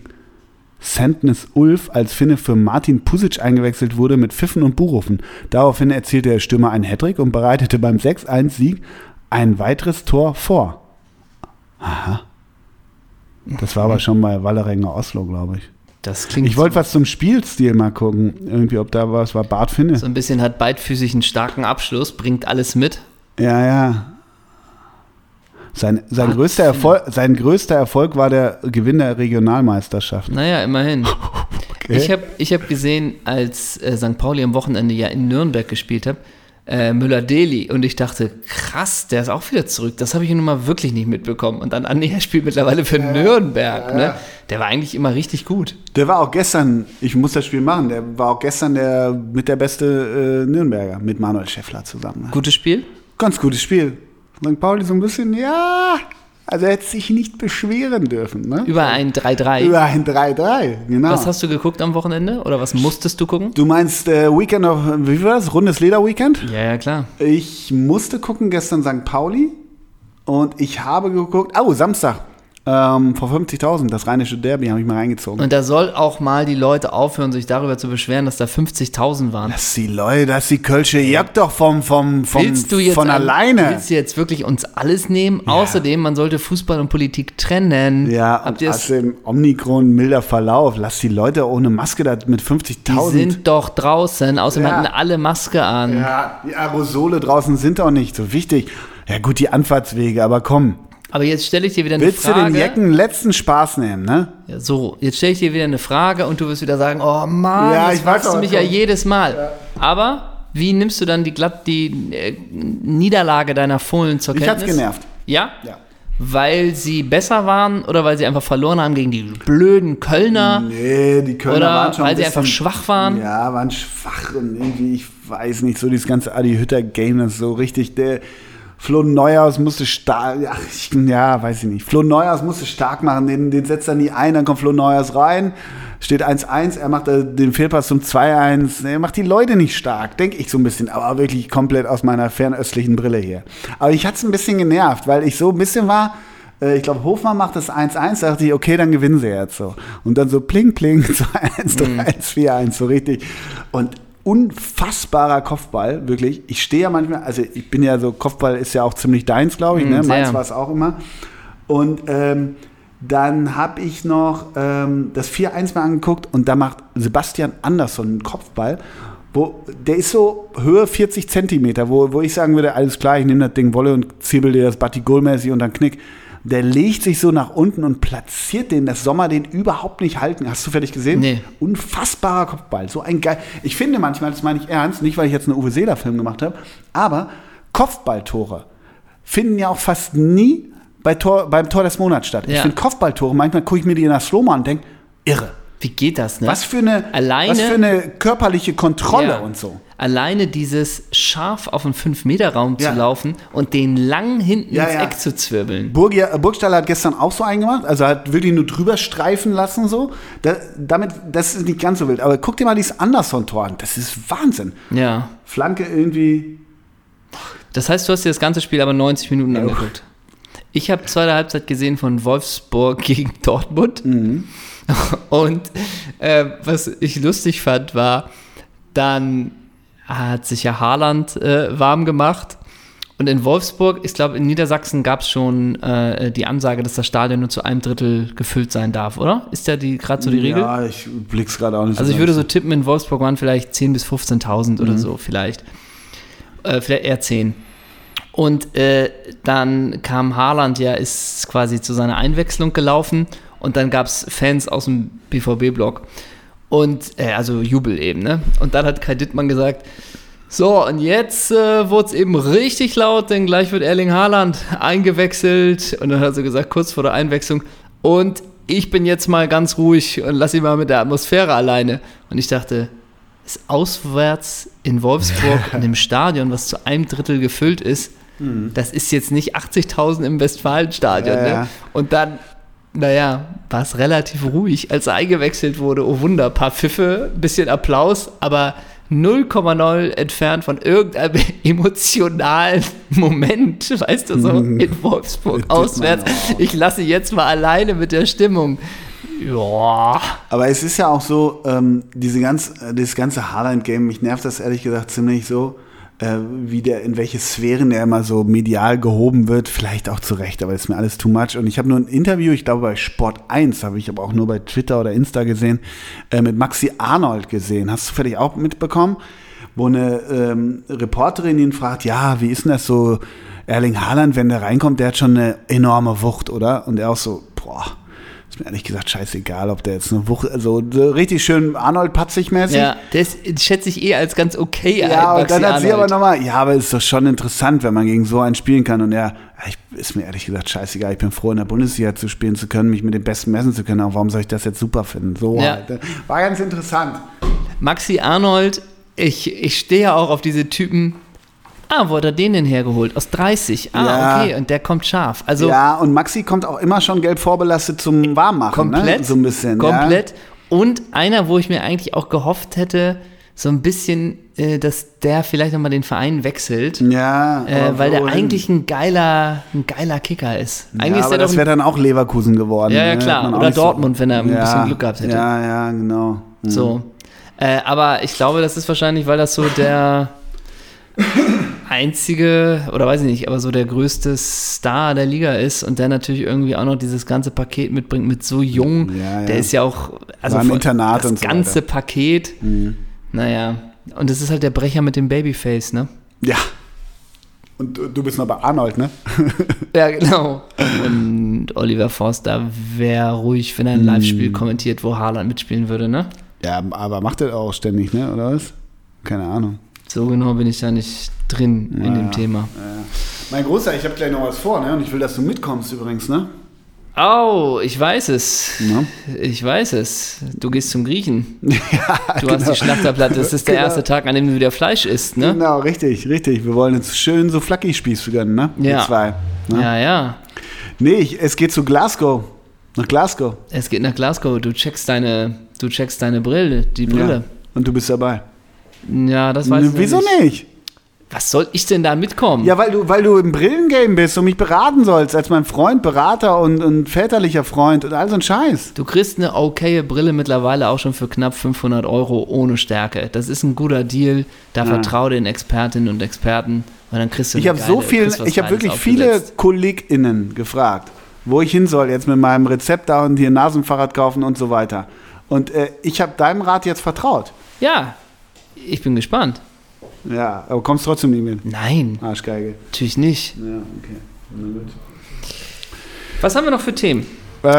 Sandnes Ulf, als Finne für Martin Pusic eingewechselt wurde, mit Pfiffen und Buhrufen. Daraufhin erzielte der Stürmer einen Hattrick und bereitete beim 6-1-Sieg ein weiteres Tor vor. Das war aber schon bei Wallerenger Oslo, glaube ich.
Das klingt
Ich wollte was zum Spielstil mal gucken, irgendwie, ob da was war. Bart Finne.
so ein bisschen, hat beidfüßig einen starken Abschluss, bringt alles mit.
Ja, ja. Sein, sein,
Bart
größter
Finne.
Erfolg, sein größter Erfolg war der Gewinn der Regionalmeisterschaft.
Naja, immerhin.
Okay.
Ich habe ich hab gesehen, als äh, St. Pauli am Wochenende ja in Nürnberg gespielt hat, äh, Müller-Deli. Und ich dachte, krass, der ist auch wieder zurück. Das habe ich nun mal wirklich nicht mitbekommen. Und dann Andi, er spielt mittlerweile für Nürnberg. Ne? Der war eigentlich immer richtig gut.
Der war auch gestern, ich muss das Spiel machen, der war auch gestern der mit der beste äh, Nürnberger, mit Manuel Schäffler zusammen. ne?
Gutes Spiel?
Ganz gutes Spiel. St. Pauli so ein bisschen, ja, also er hätte sich nicht beschweren dürfen. Ne?
Über ein 3-3.
Über ein 3-3, genau.
Was hast du geguckt am Wochenende? Oder was musstest du gucken?
Du meinst äh, Weekend of, wie war das? Rundes Leder-Weekend?
Ja, ja, klar.
Ich musste gucken gestern St. Pauli und ich habe geguckt, oh, Samstag, ähm, vor 50.000, das rheinische Derby habe ich mal reingezogen.
Und da soll auch mal die Leute aufhören, sich darüber zu beschweren, dass da 50.000 waren.
Dass die Leute, dass die Kölsche jagt doch vom, vom, vom,
Willst du jetzt
von
an-
alleine.
Willst du jetzt wirklich uns alles nehmen? Außerdem, man sollte Fußball und Politik trennen.
Ja,
habt
und also
ihr es?
außerdem Omikron, milder Verlauf, lass die Leute ohne Maske da mit
Die
50.000.
sind doch draußen. Außerdem
Ja.
hatten alle Maske an.
ja, die Aerosole draußen sind auch nicht so wichtig. Ja gut, die Anfahrtswege, aber komm,
Aber jetzt stelle ich dir wieder eine
willst
Frage.
du den Jecken letzten Spaß nehmen, ne?
Ja, so, jetzt stelle ich dir wieder eine Frage und du wirst wieder sagen, oh Mann,
Ja,
das
ich weiß
fragst du
aber
mich
schon.
ja jedes Mal. Aber wie nimmst du dann die glatt die äh, Niederlage deiner Fohlen zur
Mich hat's
Kenntnis?
genervt.
Ja?
Ja.
Weil sie besser waren oder weil sie einfach verloren haben gegen die blöden Kölner?
Mm. Nee, die Kölner
Oder
waren schon
weil
ein
sie
bisschen,
einfach schwach waren?
Ja, waren schwach und irgendwie, ich weiß nicht, so dieses ganze Adi Hütter-Game, das ist so richtig, der Flo Neuhaus musste stark, ach, ich, ja, weiß ich nicht, Flo Neuhaus musste stark machen, den, den setzt er nie ein, dann kommt Flo Neuhaus rein, steht 1-1, er macht äh, den Fehlpass zum 2-1, er macht die Leute nicht stark, denke ich so ein bisschen, aber wirklich komplett aus meiner fernöstlichen Brille hier. Aber ich hatte es ein bisschen genervt, weil ich so ein bisschen war, äh, ich glaube, Hofmann macht das 1-1, da dachte ich, okay, dann gewinnen sie jetzt so. Und dann so pling, pling, 2-1, 3-1, 4-1, so richtig. Und unfassbarer Kopfball, wirklich. Ich stehe ja manchmal, also ich bin ja so, Kopfball ist ja auch ziemlich deins, glaube ich, ne?
sehr.
meins war es auch immer. Und ähm, dann habe ich noch ähm, das 4-1 mal angeguckt und da macht Sebastian Andersson einen Kopfball. Wo, der ist so Höhe 40 Zentimeter, wo, wo ich sagen würde, alles klar, ich nehme das Ding Wolle und zirbel dir das Batigol-mäßig und dann knick. Der legt sich so nach unten und platziert den, dass Sommer den überhaupt nicht halten. Hast du fertig gesehen?
Nee.
Unfassbarer Kopfball. So ein geil. Ich finde manchmal, das meine ich ernst, nicht weil ich jetzt einen Uwe Seeler-Film gemacht habe, aber Kopfballtore finden ja auch fast nie bei Tor, beim Tor des Monats statt. Ich
Ja.
finde Kopfballtore, manchmal gucke ich mir die in der Slow-Mo an und denke, irre.
Wie geht das, ne?
Was für eine,
Alleine-
was für eine körperliche Kontrolle
Ja.
und so.
alleine dieses scharf auf einen 5-Meter-Raum
Ja.
zu laufen und den lang hinten
Ja,
ins
ja.
Eck zu zwirbeln.
Burgi, äh, Burgstaller hat gestern auch so einen gemacht, also hat wirklich nur drüber streifen lassen so. Da, damit, das ist nicht ganz so wild, aber guck dir mal dieses Anderson-Tor an, das ist Wahnsinn.
Ja.
Flanke irgendwie,
Das heißt, du hast dir das ganze Spiel aber 90 Minuten angeguckt. Ich habe zweite Halbzeit gesehen von Wolfsburg gegen Dortmund. Und äh, was ich lustig fand, war, dann hat sich ja Haaland äh, warm gemacht. Und in Wolfsburg, ich glaube, in Niedersachsen gab es schon äh, die Ansage, dass das Stadion nur zu einem Drittel gefüllt sein darf, oder? Ist ja gerade so die Regel?
ja, ich blick's gerade auch nicht so
Also ich
ganz.
würde so Mhm. tippen, in Wolfsburg waren vielleicht 10.000 bis 15.000 oder so vielleicht. Äh, vielleicht eher 10. Und äh, dann kam Haaland, ja, ist quasi zu seiner Einwechslung gelaufen und dann gab es Fans aus dem BVB-Block. Und, äh, also Jubel eben, ne? Und dann hat Kai Dittmann gesagt, so, und jetzt äh, wurde es eben richtig laut, denn gleich wird Erling Haaland eingewechselt. Und dann hat er so gesagt, kurz vor der Einwechslung, und ich bin jetzt mal ganz ruhig und lass ihn mal mit der Atmosphäre alleine. Und ich dachte, ist auswärts in Wolfsburg in dem Stadion, was zu einem Drittel gefüllt ist, das ist jetzt nicht 80.000 im Westfalenstadion.
Mhm. Ja, ja.
Ne? Und dann, naja, war es relativ ruhig, als er eingewechselt wurde. Oh Wunder, paar Pfiffe, bisschen Applaus, aber 0,0 entfernt von irgendeinem emotionalen Moment, weißt du so,
Mhm.
in Wolfsburg,
Das
auswärts.
meine
Ich lasse jetzt mal alleine mit der Stimmung. Ja.
Aber es ist ja auch so, ähm, diese ganz, äh, das ganze Haaland-Game, mich nervt das ehrlich gesagt ziemlich so, äh, wie der, in welche Sphären der immer so medial gehoben wird. Vielleicht auch zu Recht, aber das ist mir alles too much. Und ich habe nur ein Interview, ich glaube bei Sport 1, habe ich aber auch nur bei Twitter oder Insta gesehen, äh, mit Maxi Arnold gesehen. Hast du vielleicht auch mitbekommen? Wo eine ähm, Reporterin ihn fragt, ja, wie ist denn das so, Erling Haaland, wenn der reinkommt, der hat schon eine enorme Wucht, oder? Und er auch so, boah, ist mir ehrlich gesagt scheißegal, ob der jetzt eine Wucht, also so richtig schön Arnold-patzig-mäßig.
Ja, das schätze ich eh als ganz okay ein.
Ja, und
Maxi
dann hat sie aber
Arnold.
nochmal, ja, aber ist doch schon interessant, wenn man gegen so einen spielen kann. Und er, ja, ich, ist mir ehrlich gesagt scheißegal, ich bin froh, in der Bundesliga zu spielen zu können, mich mit den Besten messen zu können. Aber warum soll ich das jetzt super finden? So,
Ja.
halt. war ganz interessant.
Maxi Arnold, ich, ich stehe ja auch auf diese Typen. Ah, wo hat er den denn hergeholt? Aus 30. Ah,
Ja.
okay, und der kommt scharf. Also
ja, und Maxi kommt auch immer schon gelb vorbelastet zum Warmmachen,
komplett.
ne? so ein bisschen.
Komplett. Und einer, wo ich mir eigentlich auch gehofft hätte, so ein bisschen, äh, dass der vielleicht nochmal den Verein wechselt.
Ja, ja
Äh,
aber
weil der
wohin?
eigentlich ein geiler, ein geiler Kicker ist. Eigentlich
ja,
ist
aber
der doch
das wäre
ein,
dann auch Leverkusen geworden.
Ja, ja,
ne?
klar.
Hat man auch
Oder
nicht
Dortmund, wenn er ein
ja,
bisschen Glück gehabt hätte.
Ja, ja, genau.
so. Äh, aber ich glaube, das ist wahrscheinlich, weil das so der einzige, oder weiß ich nicht, aber so der größte Star der Liga ist und der natürlich irgendwie auch noch dieses ganze Paket mitbringt mit so jung.
Ja, ja.
Der ist ja auch, also
War im
von-
Internat
das
und so Mhm.
ganze Paket. Naja. Und das ist halt der Brecher mit dem Babyface, ne?
Ja. Und du du bist noch bei Arnold, ne?
Ja, genau. Und Oliver Forster wäre ruhig, wenn er
Mhm.
ein Live-Spiel kommentiert, wo Haaland mitspielen würde, ne?
Ja, aber macht er auch ständig, ne? Oder was? Keine Ahnung.
So genau bin ich da nicht drin in dem
Ja.
Thema.
Mein Großer, ich habe gleich noch was vor, ne? Und ich will, dass du mitkommst übrigens, ne?
Oh, ich weiß es.
Ja.
Ich weiß es. Du gehst zum Griechen.
ja,
Du hast die Schlachterplatte. Das ist der
Genau.
erste Tag, an dem du wieder Fleisch isst, ne?
Genau, richtig, richtig. Wir wollen jetzt schön so Flacki-Spieß gönnen, ne?
Ja.
Die zwei. Ne?
Ja, ja.
Nee, ich, es geht zu Glasgow. Nach Glasgow.
Es geht nach Glasgow. Du checkst deine, du checkst deine Brille, die Brille.
Ja. Und du bist dabei.
Ja, das weiß
Ne,
ich noch
wieso
nicht.
nicht?
Was soll ich denn da mitkommen?
Ja, weil du, weil du im Brillengame bist und mich beraten sollst, als mein Freund, Berater und, und väterlicher Freund und all so ein Scheiß.
Du kriegst eine okaye Brille mittlerweile auch schon für knapp 500 Euro ohne Stärke. Das ist ein guter Deal. Da
Ja.
vertraue den Expertinnen und Experten, weil dann kriegst du
Ich
eine
habe so
geile-
viel,
kriegst was
ich habe
Geiles
wirklich viele
aufgesetzt.
KollegInnen gefragt, wo ich hin soll jetzt mit meinem Rezept da und hier Nasenfahrrad kaufen und so weiter. Und äh, ich habe deinem Rat jetzt vertraut.
Ja, ich bin gespannt.
Ja, aber kommst trotzdem nicht mit.
Nein,
Arschgeige.
natürlich nicht.
Ja, okay. Na gut.
Was haben wir noch für Themen? du noch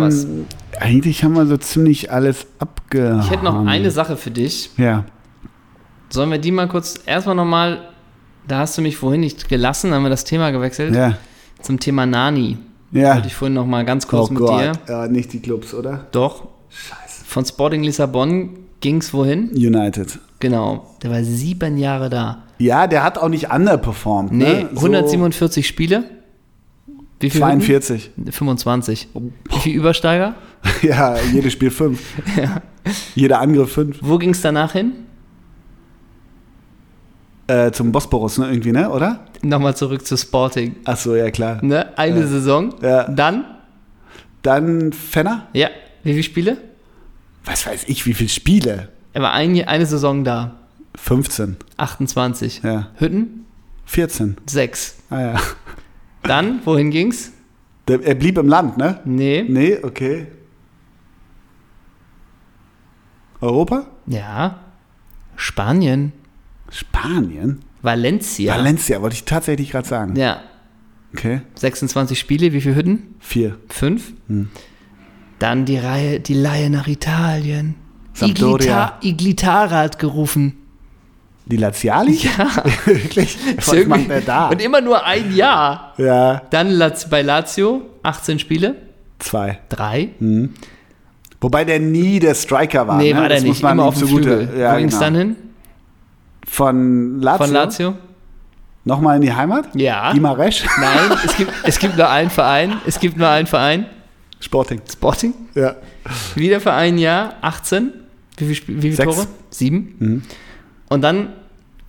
was?
Ähm, eigentlich haben wir so ziemlich alles abge.
Ich hätte noch eine Sache für dich.
Ja.
Sollen wir die mal kurz erstmal nochmal, da hast du mich vorhin nicht gelassen, haben wir das Thema gewechselt,
Ja.
zum Thema Nani.
Ja.
Wollte ich vorhin nochmal ganz
Oh
kurz mit dir.
Gott. Ja, nicht die Clubs, oder?
Doch.
Scheiße.
Von Sporting Lissabon ging's wohin?
United.
Genau, der war sieben Jahre da.
Ja, der hat auch nicht underperformed.
Nee,
ne? So
147 Spiele. Wie viel
42.
Hütten? 25.
Oh,
Wie viel Übersteiger?
ja, jedes Spiel fünf. Jeder Angriff fünf.
Wo ging's danach hin?
Äh, zum Bosporus, ne, irgendwie, ne, oder?
Nochmal zurück zu Sporting.
Ach so, ja, klar.
Ne? Eine Saison.
Ja.
Dann,
Dann Fenner?
ja, wie viele Spiele?
Was weiß ich, wie viele Spiele?
Er war ein, eine Saison da.
15,
28.
ja.
Hütten?
14,
6.
ah ja.
Dann, wohin ging's?
Der, er blieb im Land, ne?
Nee.
Nee, okay. Europa?
Ja. Spanien.
Spanien?
Valencia.
Valencia, wollte ich tatsächlich gerade sagen.
ja.
Okay.
26 Spiele, wie viele Hütten?
Vier.
Fünf.
Hm.
Dann die Reihe, die Laie nach Italien.
Sampdoria.
Iglita- Iglitara hat gerufen.
Die Laziali?
Ja.
Wirklich? Was
Irgendwie-
macht der da?
Und immer nur ein Jahr.
Ja,
Dann Laz- bei Lazio 18 Spiele,
zwei.
drei.
Wobei der nie der Striker war.
nee,
Hm. ne?
war der
Das
nicht.
muss man
Immer
ihm
auf dem
zugute-
Flügel.
Ja,
Wo ging's
genau.
dann hin?
Von Lazio?
Von Lazio?
Nochmal in die Heimat? Ah.
Ja.
Gimaresch?
Nein, es gibt, es gibt nur einen Verein. Es gibt nur einen Verein.
Sporting.
Sporting.
Ja.
Wieder für ein Jahr 18. Wie viele, Sp- wie viele
Sechs. Mhm.
Tore? Sieben. Und dann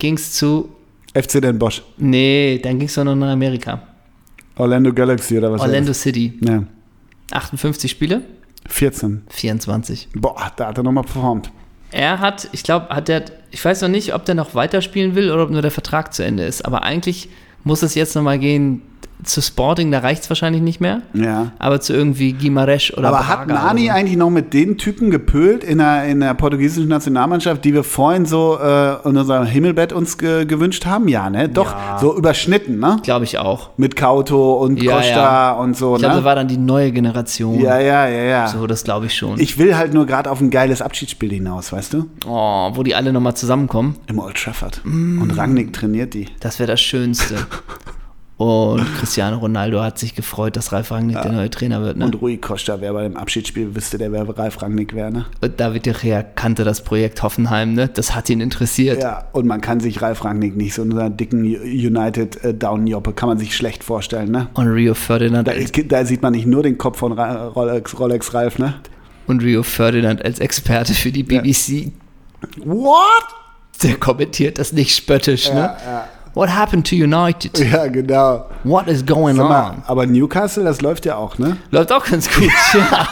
ging's zu.
FC Den Bosch.
Nee, dann ging's doch noch nach Amerika.
Orlando Galaxy oder was?
Orlando City.
Ja.
58 Spiele,
14.
24.
Boah, da hat er nochmal performt.
Er hat, ich glaube, hat der, ich weiß noch nicht, ob der noch weiterspielen will oder ob nur der Vertrag zu Ende ist. Aber eigentlich muss es jetzt nochmal gehen zu Sporting, da reicht's wahrscheinlich nicht mehr.
Ja.
Aber zu irgendwie Guimarães oder
Mhm. Aber hat
Braga
Nani
oder so.
eigentlich noch mit den Typen gepölt in der, in der portugiesischen Nationalmannschaft, die wir vorhin so äh, in unserem Himmelbett uns ge gewünscht haben? Ja, ne? Doch, so überschnitten, ne?
Glaube ich auch.
Mit Kauto und
Ja,
Costa
ja.
und so,
Ich glaube, da
ne?
war dann die neue Generation.
Ja, ja, ja, ja.
So, das glaube ich schon.
Ich will halt nur gerade auf ein geiles Abschiedsspiel hinaus, weißt du?
oh, wo die alle nochmal zusammenkommen.
Im Old Trafford. Und Rangnick trainiert die.
Das wäre das Schönste. Und Cristiano Ronaldo hat sich gefreut, dass Ralf Rangnick der neue Trainer wird. Ne?
Und Rui Costa wäre bei dem Abschiedsspiel, wüsste der, wer Ralf Rangnick wäre, ne?
Und David de Gea kannte das Projekt Hoffenheim, ne? Das hat ihn interessiert.
Ja, und man kann sich Ralf Rangnick nicht so in einer dicken United äh, Down-Joppe, kann man sich schlecht vorstellen, ne?
Und Rio Ferdinand
Da,
als,
da sieht man nicht nur den Kopf von Ra Rolex, Rolex Ralf, ne?
und Rio Ferdinand als Experte für die BBC,
What?
der kommentiert das nicht spöttisch, ne?
Ja,
What happened to United?
ja, genau.
What is going
Sag
on?
mal, aber Newcastle, das läuft ja auch, ne?
Läuft auch ganz gut. ja.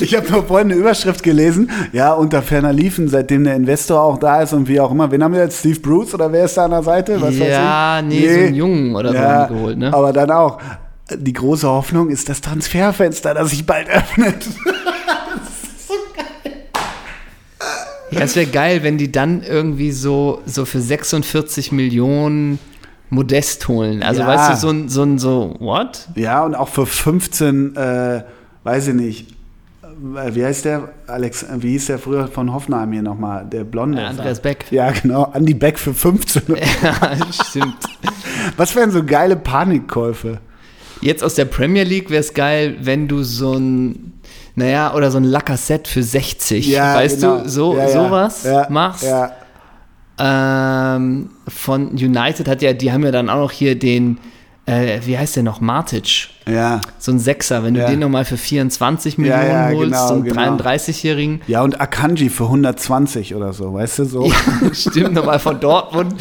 Ich habe nur vorhin eine Überschrift gelesen. Ja, unter ferner Liefen, seitdem der Investor auch da ist und wie auch immer. Wen haben wir jetzt? Steve Bruce oder wer ist da an der Seite? Was
Ja,
weiß ich?
nee, so einen Jungen oder so haben die geholt, ne?
Aber dann auch. Die große Hoffnung ist das Transferfenster, das sich bald öffnet.
Ja, es wäre geil, wenn die dann irgendwie so, so für 46 Millionen Modest holen. Also
Ja.
weißt du, so ein, so ein, so, what?
Ja, und auch für 15, äh, weiß ich nicht. äh, Wie heißt der? Alex, äh, wie hieß der früher von Hoffenheim hier nochmal? Der Blonde.
Andreas Beck.
Ja, genau. Andy Beck für 15.
Ja, stimmt.
Was wären so geile Panikkäufe?
Jetzt aus der Premier League wäre es geil, wenn du so ein, naja, oder so ein Lacazette für 60, weißt
genau.
du, so,
Ja, ja.
sowas
Ja,
machst.
Ja.
Ähm, von United hat ja, die haben ja dann auch noch hier den, äh, wie heißt der noch, Martic,
ja.
so ein Sechser, wenn du
Ja.
den nochmal für 24
Ja,
Millionen
ja,
holst,
genau,
so einen
genau.
33-Jährigen,
Ja, und Akanji für 120 oder so, weißt du so?
stimmt, nochmal von Dortmund,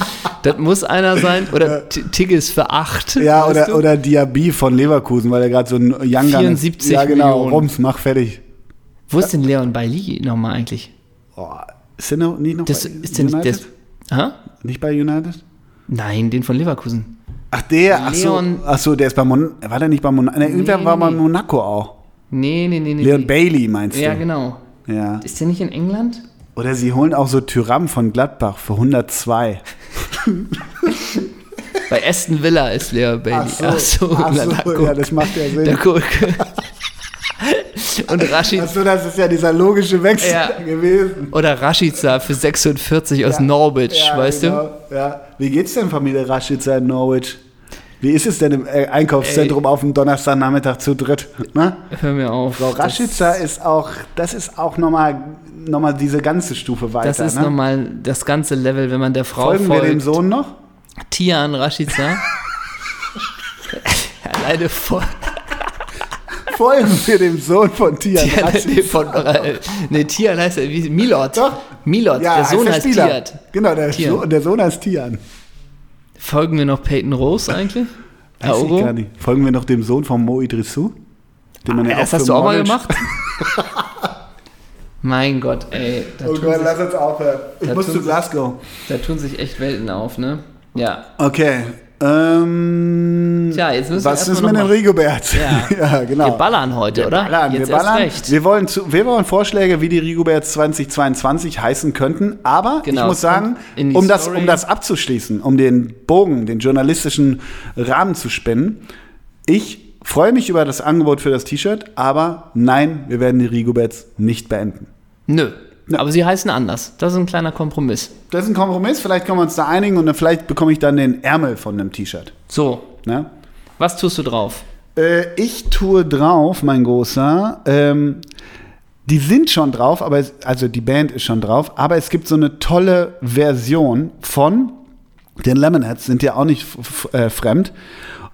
das muss einer sein, oder T- Tigges für 8,
Ja,
weißt
oder,
du?
oder Diaby von Leverkusen, weil er gerade so ein Young Gun ist.
74
Ja, genau.
Millionen.
Rums, mach fertig.
wo ist denn Leon Bailly nochmal eigentlich?
Oh, ist der noch, nicht noch
Das
bei
ist denn nicht,
United?
das, hä?
nicht bei United?
Nein, den von Leverkusen.
Ach, der, ach so,
Leon-
ach so, der ist bei Mon war der nicht bei Monaco? Nee, irgendwer
Nee,
war
nee,
bei
nee.
Monaco auch.
Nee, nee, nee, nee.
Leon
nee.
Bailey meinst
Ja,
du?
genau.
Ja.
Ist der nicht in England?
Oder sie holen auch so Tyram von Gladbach für 102.
Bei Aston Villa ist Leon Bailey. Ach so,
Ach
na,
so,
da guck,
ja, das macht ja
da
Sinn.
guck. Und Rashid
Ach so, das ist ja dieser logische Wechsel
Ja.
gewesen.
oder Rashica für 46 aus Norwich, weißt
genau. du? Ja. Wie geht's denn Familie Raschitzer in Norwich? Wie ist es denn im äh, Einkaufszentrum auf dem Donnerstagnachmittag zu dritt? Ne?
Hör mir auf.
Frau Raschitzer ist auch, das ist auch nochmal noch mal diese ganze Stufe weiter.
Das, das ist
ne?
nochmal das ganze Level, wenn man der Frau
Folgen wir
folgt.
dem Sohn noch?
Tian Rashica. Alleine vor,
Folgen wir dem Sohn von Tian
Tian,
Raschitzer?
nee, von äh, nee, Tian heißt er, wie, Milot.
Doch.
Milot, der Sohn
der
heißt
Spieler.
Tiat.
Genau, der,
Tian.
So, der Sohn heißt Tian.
Folgen wir noch Peyton Rose eigentlich?
Weiß ich
Aogo?
gar nicht. Folgen wir noch dem Sohn von Mo Idrissou? Den man
Ah, Das
für
hast du auch mal
Model-
gemacht? mein Gott, ey. Da
Oh
tun,
Gott,
sich,
lass uns aufhören. Ich
Da
muss
tun
zu
sie-
Glasgow.
da tun sich echt Welten auf, ne? Ja.
Okay. Ähm,
Tja, jetzt müssen wir
was
erstmal
ist
noch
mit
mal-
den Rigobert?
Ja.
genau.
Wir ballern heute, oder?
Ballern,
Jetzt
wir ballern.
erst recht.
Wir, wollen zu, wir wollen Vorschläge, wie die Rigoberts 2022 heißen könnten. Aber
Genau,
ich muss
es kommt
sagen,
in die
um das, um
Story.
das abzuschließen, um den Bogen, den journalistischen Rahmen zu spinnen, ich freue mich über das Angebot für das T-Shirt, aber nein, wir werden die Rigoberts nicht beenden.
Nö.
Ja.
Aber sie heißen anders. Das ist ein kleiner Kompromiss.
Das ist ein Kompromiss, vielleicht können wir uns da einigen und dann vielleicht bekomme ich dann den Ärmel von einem T-Shirt.
So,
Ne?
was tust du drauf?
Äh, ich tue drauf, mein Großer. Ähm, die sind schon drauf, aber es, also die Band ist schon drauf, aber es gibt so eine tolle Version von den Lemonheads, sind ja auch nicht f- f- äh, fremd.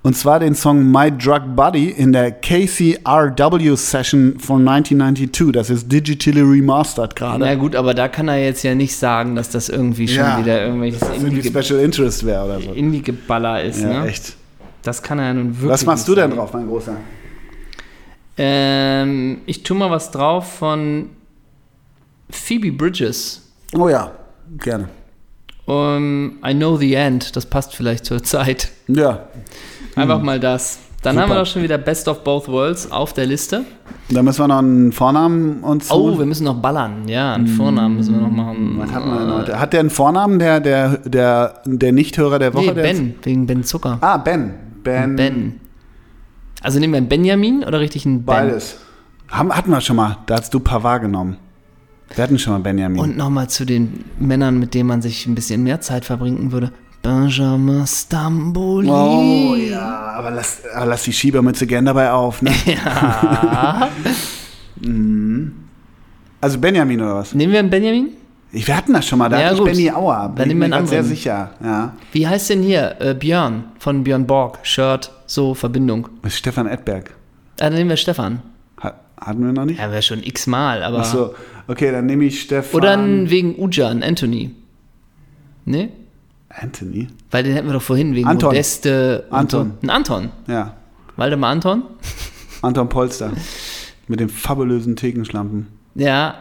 Und zwar den Song My Drug Buddy in der KCRW Session von 1992. Das ist digitally remastered gerade.
Na gut, aber da kann er jetzt ja nicht sagen, dass das irgendwie schon
Ja.
wieder irgendwelches
Dass es irgendwie
Indie-Ge-
Special Interest wäre oder so.
Indie-Geballer ist.
Ja,
ne?
echt.
Das kann er ja nun wirklich
Was machst
nicht
du denn
sagen.
drauf, mein Großer?
Ähm, ich tue mal was drauf von Phoebe Bridges.
Oh ja, gerne.
Um, I know the end. Das passt vielleicht zur Zeit.
Ja,
Einfach mal das. Dann
Hm. Super.
haben wir doch schon wieder Best of Both Worlds auf der Liste.
da müssen wir noch einen Vornamen uns
Oh,
holen.
wir müssen noch ballern. Ja, einen Vornamen müssen wir noch machen.
Hm.
Oh.
Was hatten wir denn heute? Hat der einen Vornamen, der, der, der, der Nichthörer der Woche?
Nee,
der
Ben, wegen Ben Zucker.
Ah, Ben. Ben.
Ben. Also nehmen wir einen Benjamin oder richtig einen Ben?
Beides. Haben, hatten wir schon mal. Da hast du Pavard genommen. Wir hatten schon mal Benjamin.
Und nochmal zu den Männern, mit denen man sich ein bisschen mehr Zeit verbringen würde. Benjamin Stamboli.
oh ja, aber lass, aber lass die Schiebermütze gern dabei auf. Ne?
ja.
Also Benjamin oder was?
Nehmen wir einen Benjamin?
Ich- Wir hatten das schon mal. Da
Ja,
hatte ich
gut.
Benny Auer. Bin
Dann
ich
nehmen wir
mir
einen
grad sehr
anderen.
sicher. Ja.
Wie heißt denn hier? Äh, Björn von Björn Borg. Shirt, so, Verbindung.
Das ist Stefan Edberg.
Ah, dann nehmen wir Stefan.
Ha- Hatten wir noch nicht?
Ja, wäre schon x-mal, aber.
Ach so. Okay, dann nehme ich Stefan
Oder einen wegen Ujan, Anthony. Ne?
Anthony.
Weil den hätten wir doch vorhin wegen
Anton.
Modeste. und
Anton.
so. Ein Anton.
Ja.
Waldemar Anton?
Anton Polster. Mit den fabulösen Thekenschlampen.
Ja.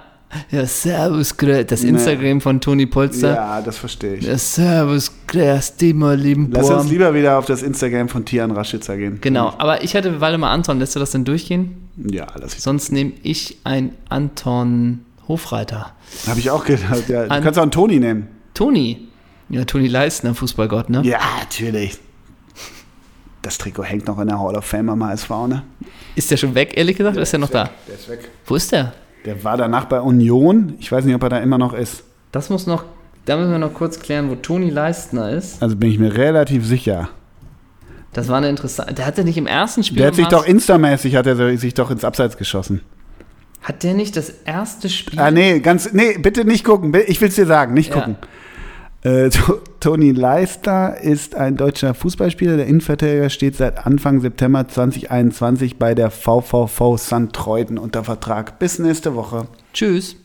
Ja, Servus, grö- das
Nee.
Instagram von Toni Polster. Ja.
Ja, das verstehe ich.
Servus, grüß dich, mein lieben
Lass uns
Burm.
lieber wieder auf das Instagram von Tian Raschitzer gehen.
Genau, aber ich hatte Waldemar Anton. Lässt du das denn durchgehen?
Ja, das
Sonst nehme ich einen Anton Hofreiter.
habe ich auch gedacht. Ja. Du
An-
kannst auch einen Toni nehmen.
Toni. Ja, Toni Leistner, Fußballgott, ne?
Ja, natürlich. Das Trikot hängt noch in der Hall of Fame am HSV, ne?
Ist der schon weg, ehrlich gesagt? oder ist der noch da?
Der ist weg.
Wo ist der?
Der war danach bei Union. Ich weiß nicht, ob er da immer noch ist.
Das muss noch, da müssen wir noch kurz klären, wo Toni Leistner ist.
Also bin ich mir relativ sicher.
Das war eine interessante. Der hat ja nicht im ersten Spiel.
Der hat
am
sich doch
HSV
instamäßig, hat er sich doch ins Abseits geschossen.
hat der nicht das erste Spiel?
Ah, nee, ganz, nee, bitte nicht gucken. Ich will es dir sagen, nicht
Ja.
gucken. Äh, To- Toni Leister ist ein deutscher Fußballspieler. Der Innenverteidiger steht seit Anfang September 2021 bei der VVV St. Treuten unter Vertrag. Bis nächste Woche.
Tschüss.